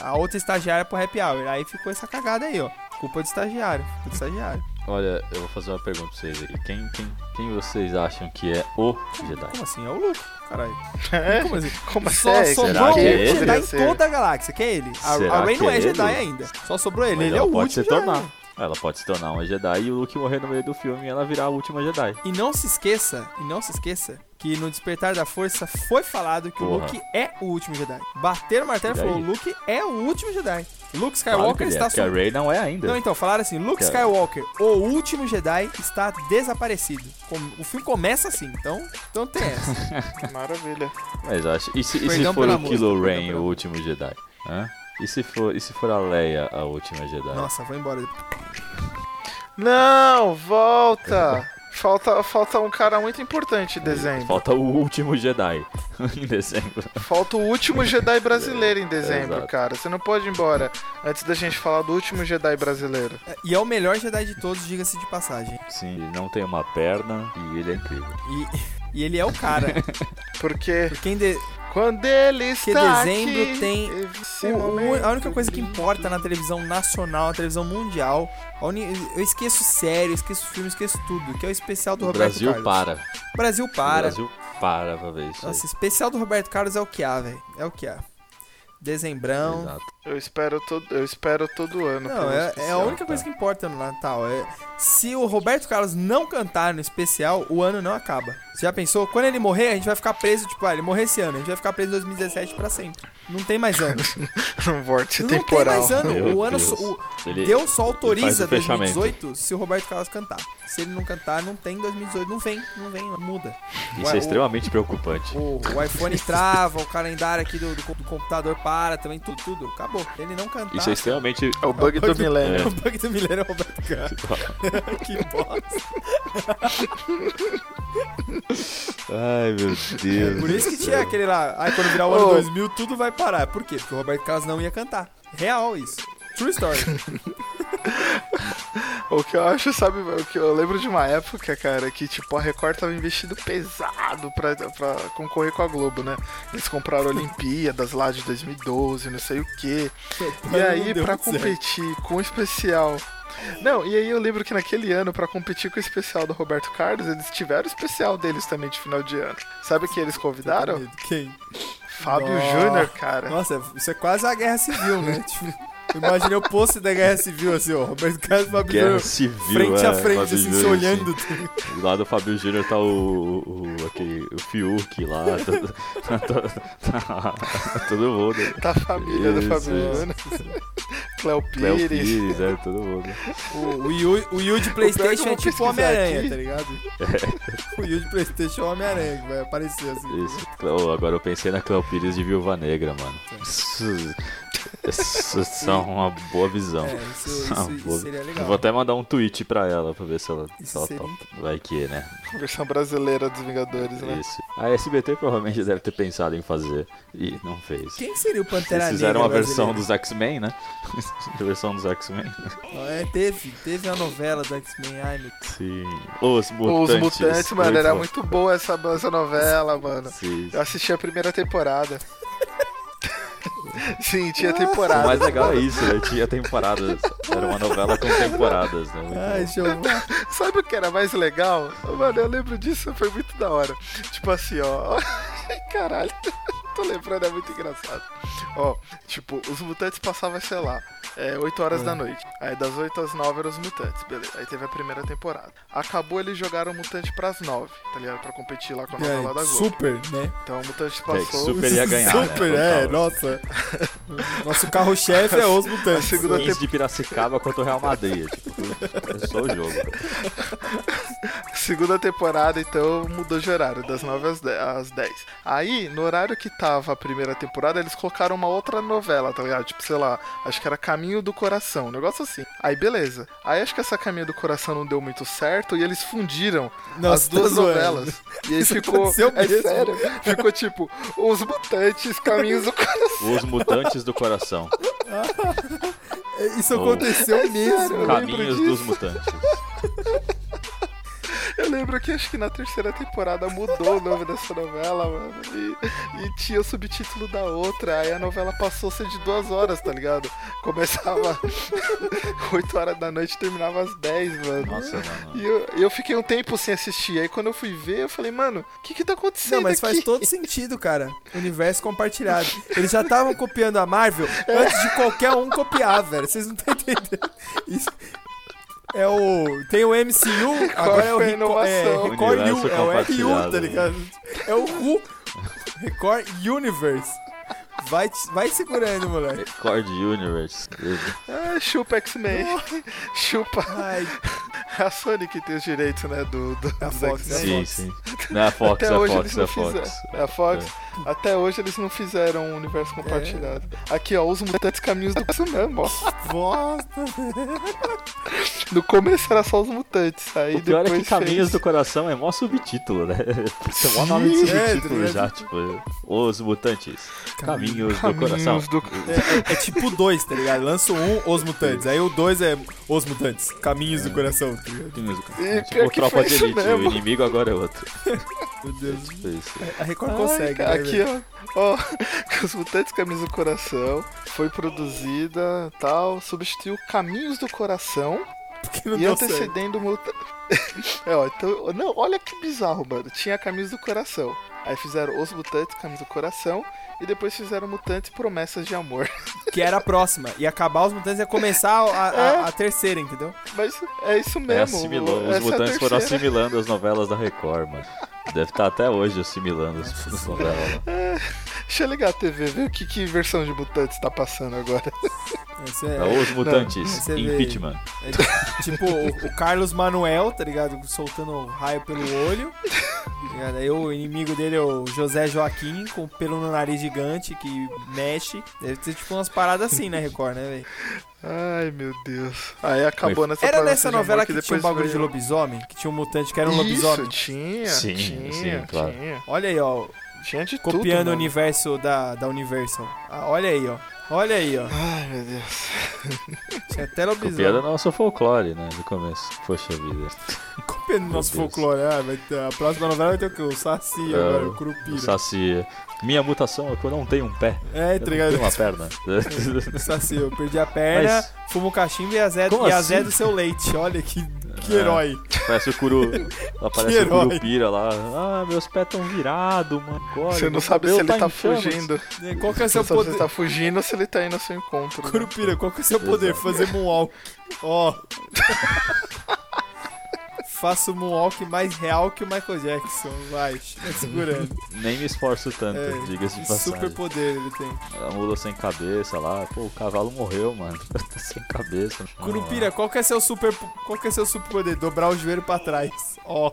S2: a, a outra estagiária pro happy hour. Aí ficou essa cagada aí, ó. Culpa do estagiário, culpa do estagiário.
S3: Olha, eu vou fazer uma pergunta pra vocês aqui. Quem, quem, quem vocês acham que é o Jedi?
S2: Como assim? É o Luke, caralho.
S1: É.
S2: Como assim?
S1: Como assim?
S2: Só sobrou
S3: será
S2: um
S3: que é ele?
S2: Jedi em
S1: Poderia ser.
S2: toda a galáxia, que é ele. A,
S3: Será
S2: a Rey
S3: que
S2: não
S3: é
S2: é, Jedi
S3: ele?
S2: ainda. Só sobrou ele.
S3: Mas
S2: ele é
S3: ela
S2: o
S3: pode
S2: último
S3: se tornar.
S2: Jedi.
S3: Ela pode se tornar uma Jedi e o Luke morrer no meio do filme e ela virar a última Jedi.
S2: E não se esqueça, e não se esqueça, que no Despertar da Força foi falado que o
S3: Porra.
S2: Luke é o último Jedi. Bateram o martelo e
S3: E daí?
S2: falou, o Luke é o último Jedi. Luke
S3: Claro que
S2: Skywalker
S3: ele é,
S2: está...
S3: porque a
S2: su-
S3: Rey não é ainda.
S2: Não, então, falaram assim, Luke
S3: Cara.
S2: Skywalker, o último Jedi, está desaparecido. Com- O filme começa assim, então, então tem essa.
S1: Maravilha.
S3: Mas acho. E se, e se
S2: Perdão
S3: for
S2: pela
S3: o
S2: música,
S3: Kylo
S2: perdão
S3: Ren
S2: pela-
S3: o último Jedi? Hã? E se for, e se for a Leia a última Jedi?
S2: Nossa, vou embora.
S1: Não, volta! Falta, falta um cara muito importante em dezembro.
S3: Falta o último Jedi em dezembro.
S1: Falta o último Jedi brasileiro em dezembro,
S3: Exato.
S1: cara. Você não pode ir embora antes da gente falar do último Jedi brasileiro.
S2: E é o melhor Jedi de todos, diga-se de passagem.
S3: Sim, ele não tem uma perna e ele é incrível.
S2: E, e ele é o cara.
S1: Porque
S2: Porque em de-
S1: quando ele está
S2: dezembro
S1: aqui,
S2: tem
S1: esse
S2: o- o-
S1: momento
S2: a única coisa que importa na televisão nacional, na televisão mundial, a uni- eu esqueço sério, eu esqueço filme, eu esqueço tudo, que é o especial do
S3: O
S2: Roberto
S3: Brasil
S2: Carlos.
S3: para.
S2: O Brasil
S3: O
S2: para.
S3: Brasil para pra ver isso. aí.
S2: Nossa, especial do Roberto Carlos é o que há, velho. É o que há. Dezembrão.
S3: Exato.
S1: Eu espero todo, eu espero todo ano.
S2: Não,
S1: pelo
S2: é, é a
S1: especial.
S2: única coisa que importa no Natal. É, se o Roberto Carlos não cantar no especial, o ano não acaba. Você já pensou? Quando ele morrer, a gente vai ficar preso, tipo, ah, ele morrer esse ano, a gente vai ficar preso em 2017 pra sempre. Não tem mais ano.
S1: um vórtice
S2: não
S1: temporal.
S2: tem mais ano.
S3: Meu
S2: o ano
S3: Deus.
S2: só- o-
S3: Ele-
S2: Deus só
S3: faz
S2: autoriza
S3: o fechamento.
S2: 2018 se o Roberto Carlos cantar. Se ele não cantar, não tem 2018. Não vem, não vem, muda.
S3: Isso
S2: o,
S3: é extremamente preocupante.
S2: o, o iPhone trava, o calendário aqui do, do co- do computador para também, tudo, tudo. Acabou. Ele não cantar.
S3: Isso é extremamente.
S1: É o bug do milênio.
S2: O bug do milênio é o Roberto Carlos. que bosta.
S3: Ai, meu Deus.
S2: É, Por isso que
S3: É.
S2: tinha aquele lá, ai, quando virar o
S1: Ô.
S2: ano 2000, tudo vai parar. Por quê? Porque o Roberto Carlos não ia cantar. Real isso. True story.
S1: O que eu acho, sabe, o que eu lembro de uma época, cara, que tipo, a Record tava investindo pesado pra, pra concorrer com a Globo, né? Eles compraram a Olimpíadas lá de 2012, não sei o quê. E aí,
S2: Deus
S1: pra
S2: do céu.
S1: competir com o especial. Não, e aí eu lembro que naquele ano, pra competir com o especial do Roberto Carlos, eles tiveram o especial deles também de final de ano. Sabe quem eles convidaram?
S2: Quem?
S1: Fábio
S2: Nossa.
S1: Júnior, cara.
S2: Nossa, isso é quase a guerra civil, né? Tipo, imaginei o post da guerra civil, assim, ó. Roberto Carlos e Fábio
S3: Guerra
S2: Júnior
S3: civil.
S2: frente
S3: é,
S2: a frente,
S3: Fábio
S2: assim, se
S3: Júnior,
S2: olhando.
S3: assim. Do lado do Fábio Júnior tá o. o, aquele, o Fiuk lá. Tá, tá- tá- tá todo mundo.
S1: Da família do
S3: Isso,
S1: Fábio
S3: isso.
S1: Júnior. Cléo
S3: Léo
S1: Pires.
S3: Pires, é, todo mundo.
S2: O, o, Yu, o Yu de
S1: pior que eu
S2: Playstation
S1: vou
S2: é tipo
S1: pesquisar
S2: Homem-Aranha,
S1: aqui.
S2: tá ligado? O Yu de Playstation é o Homem-Aranha, que vai aparecer assim.
S3: Isso. Cleo- agora eu pensei na Cléo Pires de Viúva Negra, mano. Isso são uma boa visão.
S2: É, isso,
S3: Isso é uma
S2: isso- isso
S3: boa-
S2: seria legal.
S3: Eu vou até mandar um tweet pra ela pra ver se ela, se
S2: Isso
S3: ela
S2: seria-
S3: topa. Vai que, né?
S1: Versão brasileira dos Vingadores, né?
S3: Isso. A SBT provavelmente deve ter pensado em fazer e não fez.
S2: Quem seria o Pantera
S3: Eles
S2: Negra?
S3: fizeram uma versão
S2: brasileiro?
S3: dos X-Men, né? A versão dos X-Men.
S2: É, teve, teve a novela do X-Men. Ai, meu
S3: Sim. Os
S1: Os
S3: Mutantes.
S1: Mutantes, mano, era
S3: bom.
S1: muito boa essa, essa novela, mano.
S3: Sim.
S1: Eu assisti a primeira temporada. Sim, tinha
S3: O
S1: temporada.
S3: mais legal é isso, né? Tinha temporadas. Era uma novela com temporadas, né? Muito
S2: Ai,
S3: bom.
S2: Giovanni.
S1: Sabe o que era mais legal? Mano, eu lembro disso, foi muito da hora. Tipo assim, ó. Caralho, tô lembrando, é muito engraçado. Ó, tipo, os mutantes passavam, sei lá, é, 8 horas da noite. Aí das 8 às 9 eram os mutantes, beleza. Aí teve a primeira temporada. Acabou, eles jogaram o mutante pras 9, tá ligado? Pra competir lá com a novela da
S2: É,
S1: Globo.
S2: super, né?
S1: Então o mutante
S3: É, que
S1: passou.
S3: super ia ganhar. né?
S2: Super,
S3: Total.
S2: é, nossa. Nosso carro-chefe é os
S1: A
S2: mutantes.
S1: segunda,
S3: Queens de Piracicaba contra o Real Madrid. Tipo, começou o jogo.
S1: Segunda temporada, então, mudou de horário, das 9 às de- às 10. Aí, no horário que tava a primeira temporada, eles colocaram uma outra novela, tá ligado? Tipo, sei lá, acho que era Caminho do Coração, um negócio assim. Aí, beleza. Aí, acho que essa Caminho do Coração não deu muito certo e eles fundiram
S2: Nossa,
S1: as duas
S2: tá zoando.
S1: novelas. E aí
S2: Isso
S1: ficou.
S2: aconteceu
S1: É
S2: mesmo.
S1: sério. Ficou tipo, Os Mutantes, Caminhos do Coração.
S3: Os Mutantes do Coração.
S2: Isso
S3: Oh.
S2: aconteceu mesmo.
S1: sério, Eu lembro
S3: Caminhos
S1: disso.
S3: dos Mutantes.
S1: Eu lembro que acho que na terceira temporada mudou o nome dessa novela, mano. E, e tinha o subtítulo da outra. Aí a novela passou a ser de duas horas, tá ligado? Começava 8 horas da noite e terminava às 10, mano.
S3: Nossa, mano.
S1: E eu, eu fiquei um tempo sem assistir. Aí quando eu fui ver, eu falei, mano, o que que tá acontecendo
S2: Não, mas
S1: aqui?
S2: faz todo sentido, cara. Universo compartilhado. Eles já estavam copiando a Marvel antes de qualquer um copiar, velho. Vocês não estão entendendo. Isso. É o. Tem o MCU, agora é o Record.
S1: foi a
S2: É,
S1: inovação?
S2: Record U,
S3: Universo
S2: é o RU,
S3: compartilhado, né?
S2: tá ligado? É o RU. Record Universe. Vai, te- vai segurando, moleque.
S3: Cord Universe.
S1: Ah, chupa X-Men. chupa
S2: Ai,
S1: a Sony que tem os direitos, né? Do, do,
S2: A
S1: dos
S2: Fox,
S1: X-Men.
S2: né?
S3: Sim,
S2: Fox.
S3: sim. Não, é a Fox,
S1: Até
S3: é a Fox,
S1: hoje
S3: é a
S1: eles não
S3: Fox.
S1: fizeram. É a Fox. Até hoje eles não fizeram um
S3: É.
S1: universo compartilhado. Aqui, ó, os mutantes caminhos do Coração mesmo, ó.
S2: bosta.
S1: No começo era só os mutantes. Aí
S3: O pior é
S1: depois
S3: que Caminhos
S1: fez...
S3: do Coração é mó subtítulo, né? Isso é mó nome de
S2: Sim,
S3: subtítulo
S1: né?
S2: é,
S3: já, tipo. Os Mutantes. Caminhos, do
S1: Caminhos
S3: Coração.
S1: do-
S2: É, é- é tipo dois, tá ligado? Lança o um, os mutantes. Aí o dois é os mutantes. Caminhos do coração, tá ligado?
S3: Caminhos do Coração.
S1: E
S3: É tipo
S1: pior
S3: o
S1: que foi
S3: Tropa de
S1: isso
S3: Elite, o
S1: mesmo. É
S3: inimigo agora é outro.
S2: Meu Deus.
S3: Tipo isso.
S2: A Record
S1: Ai,
S2: consegue,
S1: cara,
S2: né,
S1: Aqui,
S2: velho?
S1: ó. Ó, os mutantes caminhos do coração. Foi produzida tal. Substituiu Caminhos do Coração.
S2: Porque não
S1: e
S2: deu certo.
S1: antecedendo o muta... é, ó, então, não, olha que bizarro, mano. Tinha Caminhos do Coração. Aí fizeram Os Mutantes, Caminhos do Coração. E depois fizeram Mutantes Promessas de Amor.
S2: Que era a próxima. Ia acabar os mutantes ia começar a,
S1: É.
S2: a- a terceira, entendeu?
S1: Mas é isso mesmo.
S3: É, assimilou. Os
S1: essa é a
S3: mutantes foram
S1: terceira.
S3: assimilando as novelas da Record, mano. Deve estar até hoje assimilando as as novelas. lá.
S1: Deixa eu ligar a TV, ver o que, que versão de mutantes tá passando agora.
S2: Esse é,
S3: Os mutantes,
S2: você vê.
S3: impeachment.
S2: é tipo o, o Carlos Manuel, tá ligado? Soltando um raio pelo olho. tá ligado? Aí o inimigo dele é o José Joaquim, com pelo no nariz gigante que mexe. Deve ser tipo umas paradas assim, né, Record, né, velho?
S1: Ai, meu Deus. Aí acabou nessa
S2: Era
S1: promessa
S2: nessa
S1: de amor
S2: novela que, tinha um
S1: depois
S2: bagulho de
S1: veio-
S2: lobisomem? Que tinha um mutante que era um
S1: Isso,
S2: lobisomem?
S1: tinha,
S3: Sim,
S1: tinha,
S3: sim, claro.
S1: tinha.
S2: Olha aí, ó.
S1: Tinha de tudo,
S2: Copiando o
S1: mano.
S2: universo da, da Universal. Ah, olha aí, ó. Olha aí, ó. é
S1: Ai, meu Deus.
S2: Tinha até
S3: Copiando
S2: lobisomem.
S3: o nosso folclore, né? No começo. Poxa vida.
S2: Copiando nosso
S3: Meu Deus.
S2: folclore. Ah, vai ter- a próxima novela vai ter o quê? O Saci
S3: É,
S2: agora, o
S3: O
S2: Curupira.
S3: Saci. Minha mutação é que eu não tenho um pé.
S2: É, tá
S3: Eu não tenho
S2: ligado?
S3: uma perna.
S2: O Saci, eu perdi a perna, fumo o cachimbo e a Zé,
S3: Como
S2: e a
S3: assim?
S2: Zé do seu leite. Olha que, que
S3: É.
S2: herói.
S3: Parece o Curu. Aparece o
S2: herói.
S3: Curupira lá. Ah, meus pés tão virados, mano. Olha,
S1: Você
S3: meu
S1: não sabe se
S3: cabelo
S1: ele tá
S3: em chamas.
S1: fugindo.
S2: Né, Qual que é o
S1: Você
S2: seu
S1: não sabe se
S2: poder?
S1: ele tá fugindo ou se ele tá indo ao seu encontro. né?
S2: Curupira, qual que é o seu poder?
S3: Exato.
S2: Fazer moonwalk. Ó. Faço moonwalk mais real que o Michael Jackson. Vai, tá segurando.
S3: Nem me esforço tanto,
S2: É,
S3: diga-se de
S2: Que
S3: passagem.
S2: super poder ele tem.
S3: A mula sem cabeça lá. Pô, o cavalo morreu, mano. sem cabeça.
S2: Curupira, qual que é seu super. Qual que é seu super poder? Dobrar o joelho pra trás. Ó.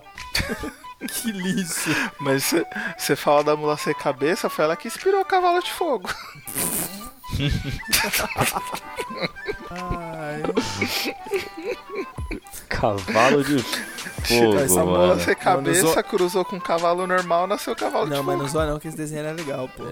S2: que lixo.
S1: Mas você- você fala da mula sem cabeça, foi ela que inspirou o cavalo de fogo.
S2: Ai,
S3: Ah, Cavalo de
S1: Essa
S3: fogo,
S1: mola
S3: mano.
S1: sem cabeça
S2: Mano, zo-
S1: cruzou com um cavalo normal, nasceu cavalo
S2: não,
S1: de
S2: mas não
S1: fogo.
S2: zoa não, que esse desenho era legal, pô.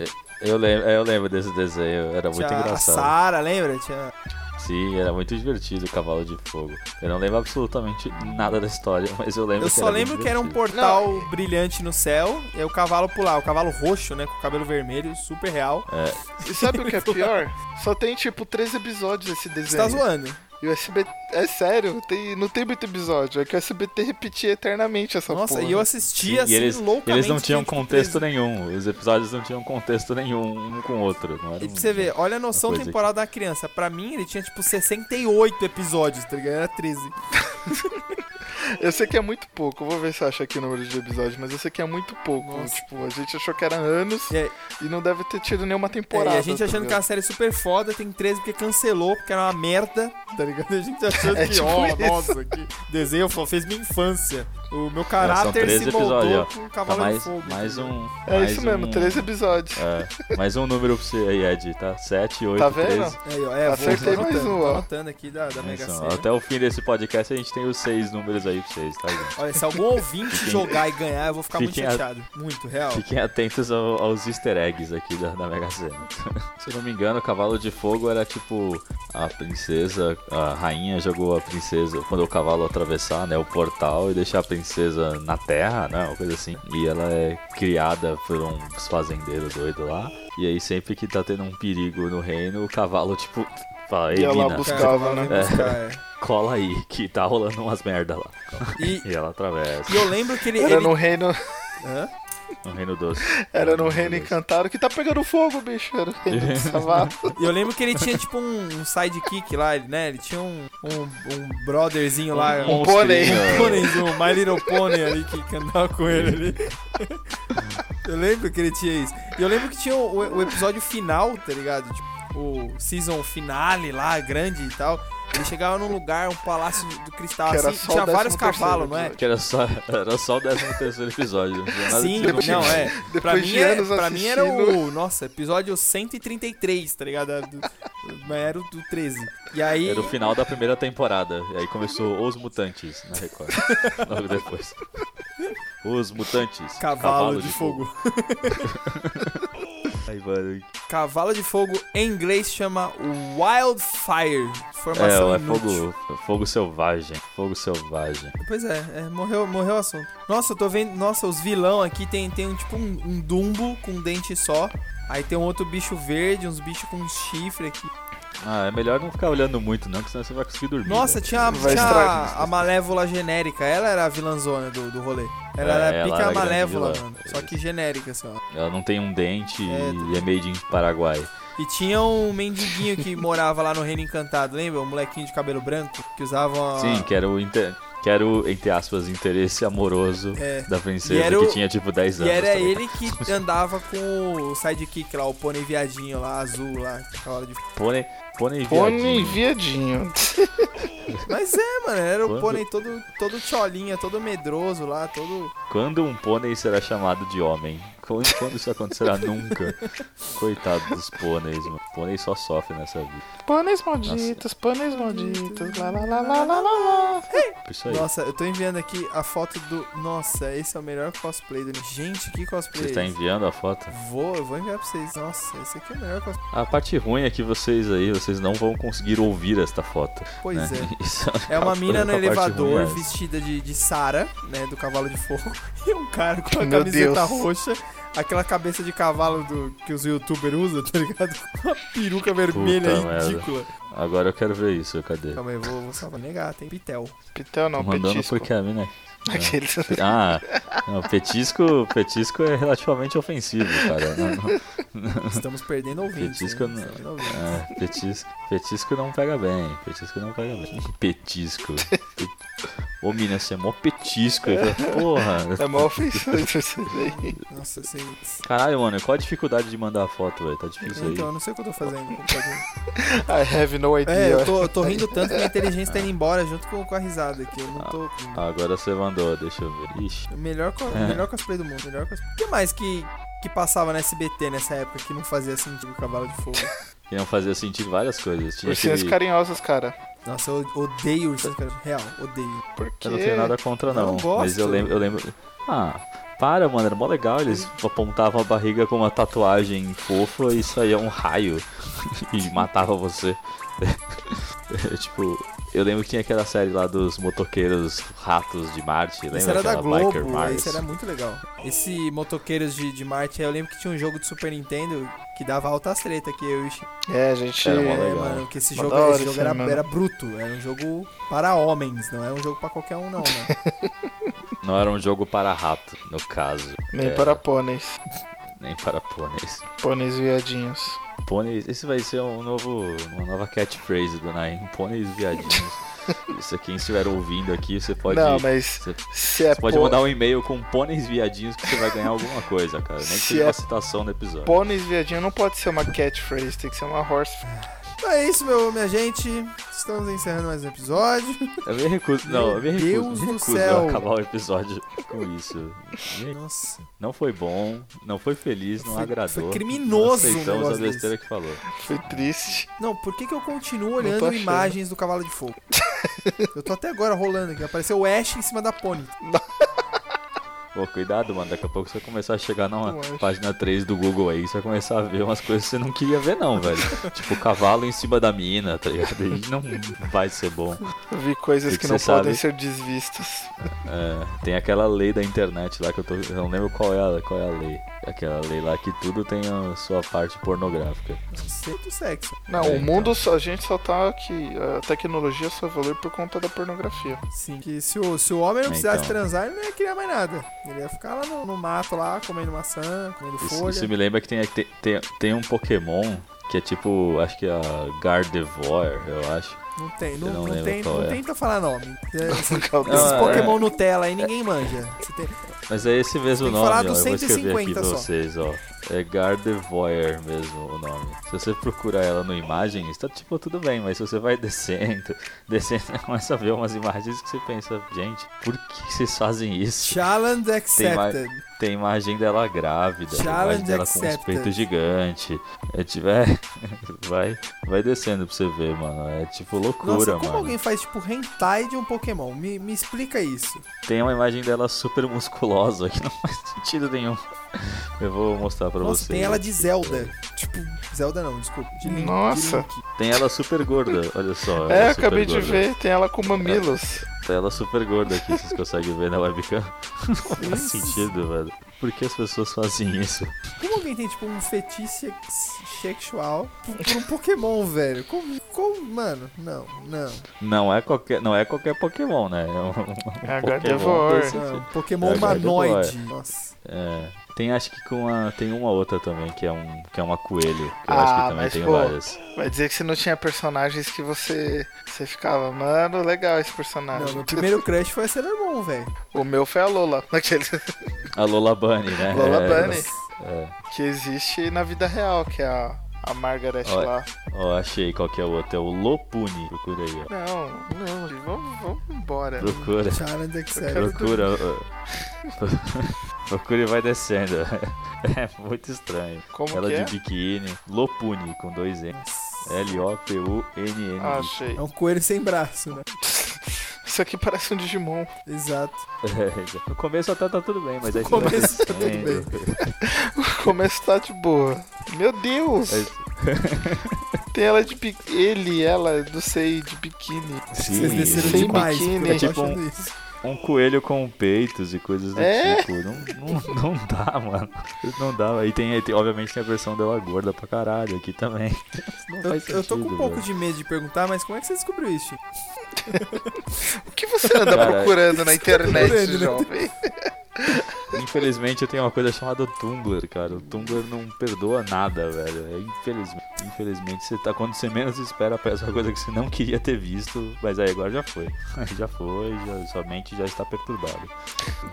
S3: Eu lembro, eu lembro desse desenho, era muito
S2: Tinha a
S3: É, engraçado.
S2: Sara, lembra? Tinha...
S3: Sim, era muito divertido o Cavalo de Fogo. Eu não lembro absolutamente nada da história, mas eu lembro
S2: Eu
S3: que
S2: só
S3: era bem
S2: lembro que era um
S3: divertido.
S2: portal brilhante no céu, e aí o cavalo pular, o cavalo roxo, né, com o cabelo vermelho, super real.
S3: É,
S1: E sabe o que é pior? Só tem tipo três episódios
S2: Você
S1: esse desenho.
S2: tá zoando.
S1: E o SBT. É sério, tem... não tem muito episódio. É que o SBT repetia eternamente essa
S2: Nossa,
S1: porra.
S2: e eu assistia assim
S3: e eles,
S2: loucamente.
S3: eles não tinham
S2: fiquei, tipo,
S3: contexto
S2: preso.
S3: nenhum. Os episódios não tinham contexto nenhum um com o outro. Não era
S2: E
S3: um-
S2: pra você ver, olha a noção
S3: coisa
S2: temporal da criança. Pra mim, ele tinha tipo 68 episódios, tá ligado? Era 13.
S1: Eu sei que é muito pouco, eu vou ver se eu acho aqui o número de episódios, mas eu sei que é muito pouco.
S2: Nossa.
S1: Tipo, a gente achou que era anos
S2: E, aí-
S1: e não deve ter tido nenhuma
S2: é,
S1: temporada.
S2: e a gente
S1: tá
S2: achando que
S1: ligado?
S2: a série é super foda, tem 13 porque cancelou, porque era uma merda, tá ligado? A gente achando
S1: É
S2: que,
S1: tipo
S2: ó,
S1: isso.
S2: nossa, que desenho fo- fez minha infância. O meu
S3: são
S2: caráter
S3: 13
S2: se moldou
S3: episódios,
S2: com o
S3: Tá
S2: cavalo de
S3: mais,
S2: fogo.
S3: mais um.
S1: É
S3: mais
S1: isso mesmo,
S3: um-
S1: 13 episódios.
S3: É, mais um número pra você aí, Ed, tá? 7, 8,
S1: Tá vendo?
S3: 13.
S2: Aí, ó, é,
S1: Acertei
S2: vou, tô
S1: mais
S2: anotando,
S1: um,
S2: tô
S1: ó.
S2: anotando aqui da, da Mega
S3: Então,
S2: Sena.
S3: até o fim desse podcast a gente tem os seis números aí pra vocês, tá, gente?
S2: Olha, se algum ouvinte jogar e ganhar, eu vou ficar
S3: Fiquem a-
S2: muito chateado. Muito, real.
S3: Fiquem atentos ao- aos easter eggs aqui da, da Mega Sena. Se eu não me engano, o Cavalo de Fogo era tipo a princesa, a rainha jogou a princesa quando o cavalo atravessar, né, o portal e deixar a princesa na terra, né, uma coisa assim. E ela é criada por uns fazendeiros doidos lá. E aí sempre que tá tendo um perigo no reino, o cavalo tipo fala, ei,
S1: Ia lá
S3: mina,
S1: buscar.
S2: Cara,
S1: Buscava,
S2: eu vou
S3: né?
S2: buscar, é.
S3: cola aí que tá rolando umas merda lá.
S2: E,
S3: E ela atravessa
S2: e eu lembro que ele.
S1: Era
S2: ele-
S1: no reino,
S2: Hã?
S3: no reino doce.
S1: era no reino
S3: Doce.
S1: encantado que tá pegando fogo, bicho. Era o reino do cavalo.
S2: E eu lembro que ele tinha tipo um, um sidekick lá, ele, né? Ele tinha um, um, um brotherzinho lá.
S1: Um
S2: Um
S1: pônei.
S3: monstrinho.
S2: pôneizinho, um My Little Pony ali que que andava com ele ali. Eu lembro que ele tinha isso. E eu lembro que tinha o, o episódio final, tá ligado? Tipo, o season finale lá, grande e tal. Ele chegava num lugar, um palácio do cristal,
S1: Que era
S2: assim,
S1: só o
S2: tinha vários
S1: 13º
S2: cavalos, não é?
S1: episódio.
S3: Que era só, era só o 13 terceiro episódio. Não tinha nada
S2: Sim,
S3: de
S1: Depois-
S2: não, é.
S1: Depois
S2: Pra
S1: de
S2: mim, é,
S1: anos
S2: pra mim era
S1: assistindo.
S2: o. Nossa, episódio 133, tá ligado? Era do- Mas era o do 13. E aí.
S3: Era o final da primeira temporada. E aí começou Os Mutantes na Record. Logo depois. Os Mutantes.
S2: Cavalo, de, fogo.
S3: Ai, mano.
S2: Cavalo de fogo em inglês chama Wildfire.
S3: É,
S2: Formação
S3: ó, é
S2: inútil.
S3: fogo, fogo selvagem. Fogo selvagem.
S2: Pois é, é, morreu, morreu o assunto. Nossa, eu tô vendo. Nossa, os vilão aqui tem, tem um tipo um, um dumbo com um dente só. Aí tem um outro bicho verde, uns bichos com um chifre aqui.
S3: Ah, é melhor não ficar olhando muito, não, que senão você vai conseguir dormir.
S2: Nossa,
S3: né?
S2: tinha,
S1: Vai
S2: tinha
S1: estragar.
S2: a, a malévola genérica. Ela era a vilãzona do, do rolê. Ela
S3: É,
S2: era
S3: ela
S2: pica
S3: era a grande
S2: malévola,
S3: vilã.
S2: mano. Só que genérica, assim, ó.
S3: Ela não tem um dente
S2: É,
S3: e é made in Paraguai.
S2: E tinha um mendiguinho que morava lá no Reino Encantado, lembra? Um molequinho de cabelo branco que usava uma...
S3: Sim, que era o, inter... que era o, entre aspas, interesse amoroso
S2: É.
S3: da
S2: E
S3: princesa,
S2: era o-
S3: que tinha tipo 10
S2: E
S3: anos.
S2: era
S3: tá ligado?
S2: ele que andava com o sidekick lá, o pônei viadinho lá, azul lá. que hora de-
S3: Pônei, pônei
S1: Pônei
S3: viadinho.
S1: viadinho.
S2: Mas é, mano, era o
S3: Quando-
S2: pônei todo, todo tcholinha, todo medroso lá, todo...
S3: Quando um pônei será chamado de homem? Quando, quando isso acontecerá? Nunca. Coitado dos pôneis, mano. Pônei só sofre nessa vida.
S1: Pôneis malditos, pôneis malditos. Lá, lá, lá, lá, lá, lá, lá.
S3: Por isso aí.
S2: Nossa, eu tô enviando aqui a foto do... Nossa, esse é o melhor cosplay do... Gente, que cosplay
S3: Você
S2: é
S3: tá
S2: esse?
S3: enviando a foto?
S2: Vou, eu vou enviar pra vocês. Nossa, esse aqui é o melhor cosplay.
S3: A parte ruim é que vocês aí, vocês não vão conseguir ouvir esta foto.
S2: Pois
S3: né?
S2: é.
S3: Isso
S2: É uma
S3: a
S2: mina no
S3: única parte ruim é
S2: elevador
S3: essa.
S2: vestida de, de Sara, né, do Cavalo de Fogo, e um cara com a
S1: Meu
S2: camiseta
S1: Deus.
S2: roxa, aquela cabeça de cavalo do, que os youtubers usam, tá ligado? Com uma peruca vermelha
S3: Puta merda.
S2: ridícula.
S3: Agora eu quero ver isso, cadê?
S2: Calma aí, vou, vou salvar. Negar, tem Pitel.
S1: Pitel
S2: tá um
S1: não,
S3: Tô mandando
S1: petisco.
S3: porque a mina. é-
S1: Aquele-
S3: Ah, não, petisco, petisco é relativamente ofensivo, cara. Não- não-
S2: Estamos perdendo ouvintes.
S3: Petisco
S2: hein?
S3: não-
S2: Perdendo ouvintes.
S3: é, petis- petisco não pega bem. Petisco não pega bem. Petisco. Pe- Ô, mina, você é mó petisco. Eu falei, Porra.
S1: É mó ofensivo isso daí.
S2: Nossa, vocês.
S3: Caralho, mano, qual a dificuldade de mandar a foto, velho? Tá difícil aí.
S2: Então, eu não sei o que eu tô fazendo. com o computador.
S1: I have no idea.
S2: É, eu tô, eu tô rindo tanto que minha inteligência tá indo embora junto com, com a risada aqui. Eu não tô.
S3: Ah, agora você mandou, deixa eu ver. Ixi.
S2: O Melhor, co-
S3: É.
S2: melhor cosplay do mundo. Melhor cosplay. O que mais que, que passava na SBT nessa época que não fazia sentido o cavalo de fogo?
S3: Queriam fazer eu sentir várias coisas. Tinha
S1: Ursinhos
S3: aquele...
S1: carinhosos, cara.
S2: Nossa, eu odeio ursinhos carinhosos. Real, odeio.
S1: Por
S3: Eu não tenho nada contra,
S2: Eu não
S3: não. Mas
S2: gosto.
S3: eu lembro, eu lembro. Ah, para, mano, era mó legal. Eles apontavam a barriga com uma tatuagem fofa e saía um raio e matava você. É, tipo, eu lembro que tinha aquela série lá dos motoqueiros ratos de Marte. Lembra
S2: Esse era da
S3: aquela Biker
S2: Globo,
S3: Mars?
S2: esse era muito legal. Esse Motoqueiros de, de Marte, eu lembro que tinha um jogo de Super Nintendo que dava altas treta que eu e o Chico-
S1: É, a gente.
S3: Era mó
S2: É,
S3: legal.
S2: mano, que esse
S1: Mó
S2: jogo,
S1: da hora
S2: esse jogo
S1: esse né?
S2: era,
S1: filme,
S2: era bruto, era um jogo para homens, não era um jogo pra qualquer um não, né?
S3: Não era um jogo para rato, no caso.
S1: Nem
S3: É,
S1: para pôneis.
S3: Nem para pôneis.
S1: Pôneis viadinhos.
S3: Pôneis, esse vai ser um novo, uma nova catchphrase do Nain. Pôneis viadinhos. Isso aqui, quem estiver ouvindo aqui, você pode.
S1: não, mas
S3: você-
S1: se é
S3: Você pode
S1: pô-
S3: mandar um e-mail com pôneis viadinhos que você vai ganhar alguma coisa, cara. Nem que
S1: Se
S3: seja
S1: é
S3: uma citação no episódio.
S1: pôneis viadinho, não pode ser uma catchphrase, tem que ser uma horse.
S2: Então é isso, meu, minha gente. Estamos encerrando mais um episódio.
S3: Eu me É recuso. Não, eu
S2: Meu
S3: me recuso.
S2: Deus
S3: me
S2: do
S3: recuso
S2: céu.
S3: a acabar o episódio com isso.
S2: Nossa.
S3: Não foi bom, não foi feliz, não
S2: Foi-
S3: agradou.
S2: foi criminoso
S3: Não
S2: um
S3: aceitamos a
S2: negócio
S3: besteira que falou.
S1: Foi triste.
S2: Não, por que, que eu continuo
S1: tô
S2: olhando
S1: achando.
S2: imagens do Cavalo de Fogo? eu tô até agora rolando aqui, apareceu o Ash em cima da Pony.
S3: Pô, cuidado, mano. Daqui a pouco você vai começar a chegar numa
S1: Eu acho.
S3: página 3 do Google aí, você vai começar a ver umas coisas que você não queria ver, não, velho. tipo, o cavalo em cima da mina, tá ligado? E não vai ser bom.
S1: Eu vi coisas
S3: Que
S1: que,
S3: que
S1: não
S3: você
S1: podem
S3: sabe?
S1: ser desvistas.
S3: É, tem aquela lei da internet lá que eu tô. Eu não lembro qual é, a, qual é a lei. Aquela lei lá que tudo tem a sua parte pornográfica.
S2: Sei do sexo.
S1: Não,
S3: É,
S1: o mundo só. A gente só tá aqui. A tecnologia só evolui por conta da pornografia.
S2: Sim. Que se o, se o homem não
S3: É,
S2: precisasse
S3: então.
S2: transar, ele não ia criar mais nada. Ele ia ficar lá no, no mato, lá, comendo maçã, comendo
S3: Isso,
S2: folha.
S3: isso me lembra que tem, tem, tem, tem um Pokémon que é tipo. Acho que é a Gardevoir, eu acho.
S2: Não tem, não,
S3: Eu não
S2: não
S3: lembro
S2: tem,
S3: qual
S2: não
S3: é.
S2: tenta falar nome. É, Esses
S3: Não, é-
S2: Pokémon Nutella aí ninguém manja. Você tem-
S3: Mas é esse mesmo
S2: Tem que
S3: nome, ó.
S2: falar
S3: Eu
S2: dos
S3: vou escrever aqui
S2: 150
S3: pra
S2: só.
S3: vocês, ó. É Gardevoir mesmo o nome. Se você procurar ela no imagens, tá tipo tudo bem, mas se você vai descendo, descendo, você começa a ver umas imagens que você pensa, gente, por que vocês fazem isso?
S2: Challenge
S3: mais-
S2: accepted.
S3: Tem imagem dela grávida, tem
S2: Challenge
S3: imagem dela com
S2: accepted.
S3: um peito gigante. É, tipo, é, vai, vai descendo pra você ver, mano. É tipo
S2: Nossa,
S3: loucura,
S2: como
S3: mano.
S2: alguém faz tipo hentai de um Pokémon? Me, me explica isso.
S3: Tem uma imagem dela super musculosa que não faz sentido nenhum. Eu vou mostrar pra então.
S2: Nossa,
S3: vocês.
S2: tem ela de Zelda. Tipo, Zelda não, desculpa. De Link, de
S1: Nossa.
S2: Link.
S3: Tem ela super gorda, olha só.
S1: É,
S3: ela
S1: eu
S3: super
S1: acabei de
S3: gorda.
S1: ver, tem ela com mamilos.
S3: Tem ela super gorda aqui, vocês conseguem ver na webcam. Não faz sentido, velho. Por que as pessoas fazem isso?
S2: Como alguém tem tipo um fetiche sex- sexual por, por um Pokémon, velho? Como, como- mano, não, não.
S3: Não é qualquer, não é qualquer Pokémon, né? É um, um
S1: É
S3: Pokémon
S1: a Gardevoir.
S3: desse-
S2: não. Pokémon
S3: É, agora eu tô lá.
S2: humanoide. Nossa.
S3: É, tem acho que com a, tem uma outra também que é um que é uma coelho, que eu
S1: Ah,
S3: acho que também
S1: mas,
S3: tem
S1: pô,
S3: várias.
S1: Vai dizer que você não tinha personagens que você. Você ficava, mano, legal esse personagem.
S2: Não, meu primeiro crush foi a Sailor Moon, velho.
S1: O meu foi a Lola, aquele
S3: A Lola Bunny, né?
S1: Lola
S3: É,
S1: Bunny,
S3: é.
S1: que existe na vida real, que é a, a Margaret
S3: Olha.
S1: lá.
S3: Ó, achei qual que é o outro, é o Lopuni. Procura aí, ó.
S1: Não, não, gente, vamos, vamos embora.
S3: Procura.
S2: Challenge accepted.
S3: Procura. ó. Procura e vai descendo. É muito estranho.
S1: Como
S3: Ela
S1: que
S3: de
S1: é?
S3: biquíni, Lopuni com dois N.
S2: Nossa.
S3: L-O-P-U-N-N.
S1: Ah, achei.
S2: É um coelho sem braço, né?
S1: Isso aqui parece um Digimon.
S2: Exato.
S3: É, no começo até tá tudo bem, mas aí
S2: No
S3: você vai
S2: começo tá tudo
S3: descendo.
S1: O começo tá de boa. Meu Deus!
S3: Mas-
S1: Tem ela de bi... Ele, ela, não sei, de biquíni.
S3: Sim,
S2: Vocês desceram
S3: sim.
S1: Sem
S2: demais.
S1: biquíni,
S2: porque eu tô
S3: tipo
S2: achando
S3: um-
S2: isso.
S3: Um coelho com peitos e coisas do
S1: É?
S3: tipo. Não, não, não dá, mano. Não dá. Aí tem, tem- obviamente, tem a versão dela gorda pra caralho aqui também. Não
S2: Eu,
S3: faz
S2: eu tô com um
S3: sentido,
S2: pouco
S3: velho.
S2: de medo de perguntar, mas como é que você descobriu isso? Chico?
S1: O que você anda
S3: Cara,
S1: procurando na internet,
S2: procurando, né?
S1: jovem?
S3: Infelizmente eu tenho uma coisa chamada Tumblr, cara. O Tumblr não perdoa nada, velho. É Infelizmente, infelizmente você tá quando você menos espera, aparece uma coisa que você não queria ter visto, mas aí agora já foi. Já foi, já, sua mente já está perturbada.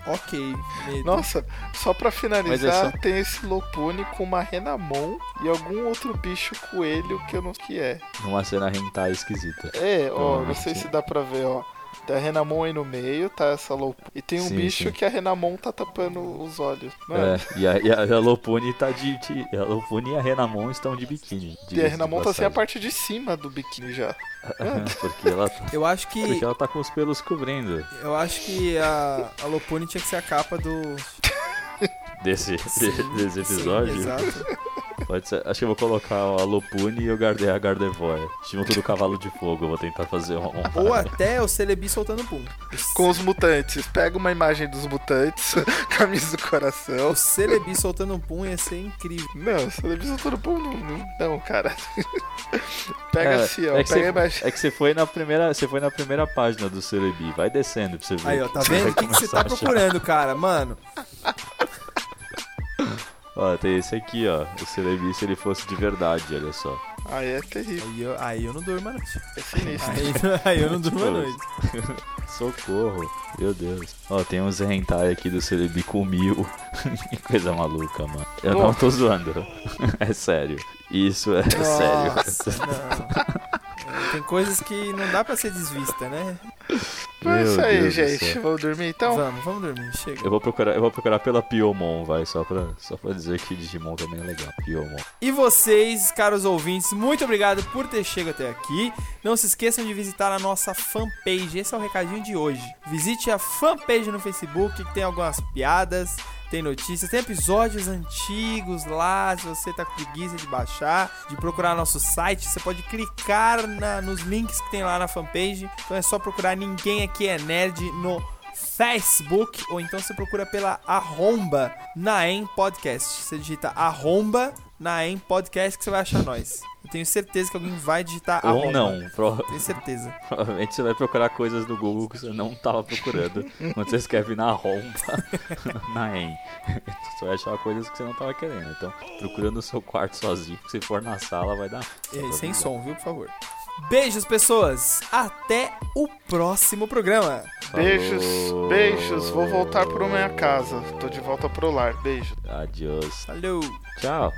S2: Ok. medo.
S1: Nossa, só pra finalizar,
S3: Mas é
S1: tem esse Lopune com uma Renamon e algum outro bicho coelho que eu não sei o que é.
S3: Numa cena rentar esquisita.
S1: É, ó, não sei
S3: Provavelmente.
S1: se dá pra ver, ó. Tem a Renamon aí no meio, tá essa Lopune. E tem um
S3: Sim,
S1: bicho
S3: sim.
S1: que a Renamon tá tapando os olhos. Não é?
S3: É, e a, e a, e a Lopune tá de, de- A Lopune e a Renamon estão de biquíni.
S1: E
S3: diga-se
S1: a
S3: de
S1: Renamon tá sem
S3: passagem.
S1: a parte de cima do biquíni já.
S3: porque, ela, tá-
S2: Eu acho que.
S3: porque ela tá com os pelos cobrindo.
S2: Eu acho que a, a Lopune tinha que ser a capa do.
S3: Desse, de- desse
S2: Sim,
S3: episódio.
S2: exato.
S3: Pode ser- Acho que eu vou colocar a Lopune e o Garde a Gardevoir. Junto do Cavalo de Fogo, eu vou tentar fazer um. um-
S2: Ou até o Celebi soltando pum.
S1: Com os mutantes. Pega uma imagem dos mutantes, camisa do coração.
S2: O Celebi soltando um pum ia ser incrível.
S1: Não, essa televisão todo mundo. não- Não, cara. Pega
S3: Cara,
S1: assim, ó.
S3: é que
S1: pega a
S3: você,
S1: imagem.
S3: é que você foi na primeira, você foi na primeira página do Cerebi. Vai descendo pra você ver. é
S2: Aí, ó, tá
S3: Você vai
S2: vendo? O que, que você
S3: começar
S2: tá
S3: a achar.
S2: procurando, cara? Mano,
S3: Ó, tem esse aqui, ó. O Cerebi se ele fosse de verdade, olha só.
S1: Aí é terrível,
S2: aí eu, aí eu não durmo a noite.
S1: é sinistro.
S2: Aí, aí eu não durmo a noite.
S3: Socorro, meu Deus. Ó, tem uns hentai aqui do Cerebi com mil. que coisa maluca, mano. Eu
S1: Pô.
S3: não tô zoando. é sério. Isso é sério.
S2: Nossa, não. É, Tem coisas que não dá pra ser desvista, né?
S1: Mas
S3: Meu
S1: é isso aí,
S3: Deus do
S1: gente.
S3: céu.
S1: Vamos dormir então?
S2: Vamos, vamos dormir, chega.
S3: Eu vou procurar, eu vou procurar pela Piomon, vai, só pra, só pra dizer que Digimon também é legal. Piomon.
S2: E vocês, caros ouvintes, muito obrigado por ter chegado até aqui. Não se esqueçam de visitar a nossa fanpage. Esse é o recadinho de hoje. Visite a fanpage no Facebook, que tem algumas piadas, tem notícias, tem episódios antigos lá. Se você tá com preguiça de baixar, de procurar nosso site, você pode clicar na- nos links que tem lá na fanpage. Então é só procurar Ninguém Aqui é Nerd no Facebook, ou então você procura pela Arromba Naem Podcast. Você digita Arromba Naem Podcast que você vai achar nós. Eu tenho certeza que alguém vai digitar
S1: Ah,
S3: Ou
S2: Arromba.
S1: né?
S3: não, pro-
S2: Tenho certeza.
S3: provavelmente você vai procurar coisas no Google que você não tava procurando. Quando você escreve na romba, na em. Você vai achar coisas que você não tava querendo. Então, procura no seu quarto sozinho, que se for na sala vai dar.
S2: E aí,
S3: Só pra
S2: sem
S3: avisar.
S2: som, viu, por favor. Beijos, pessoas. Até o próximo programa.
S1: Beijos,
S3: Falou.
S1: beijos. Vou voltar pro minha casa. Tô de volta pro lar. Beijo.
S3: Adiós.
S2: Valeu.
S3: Tchau.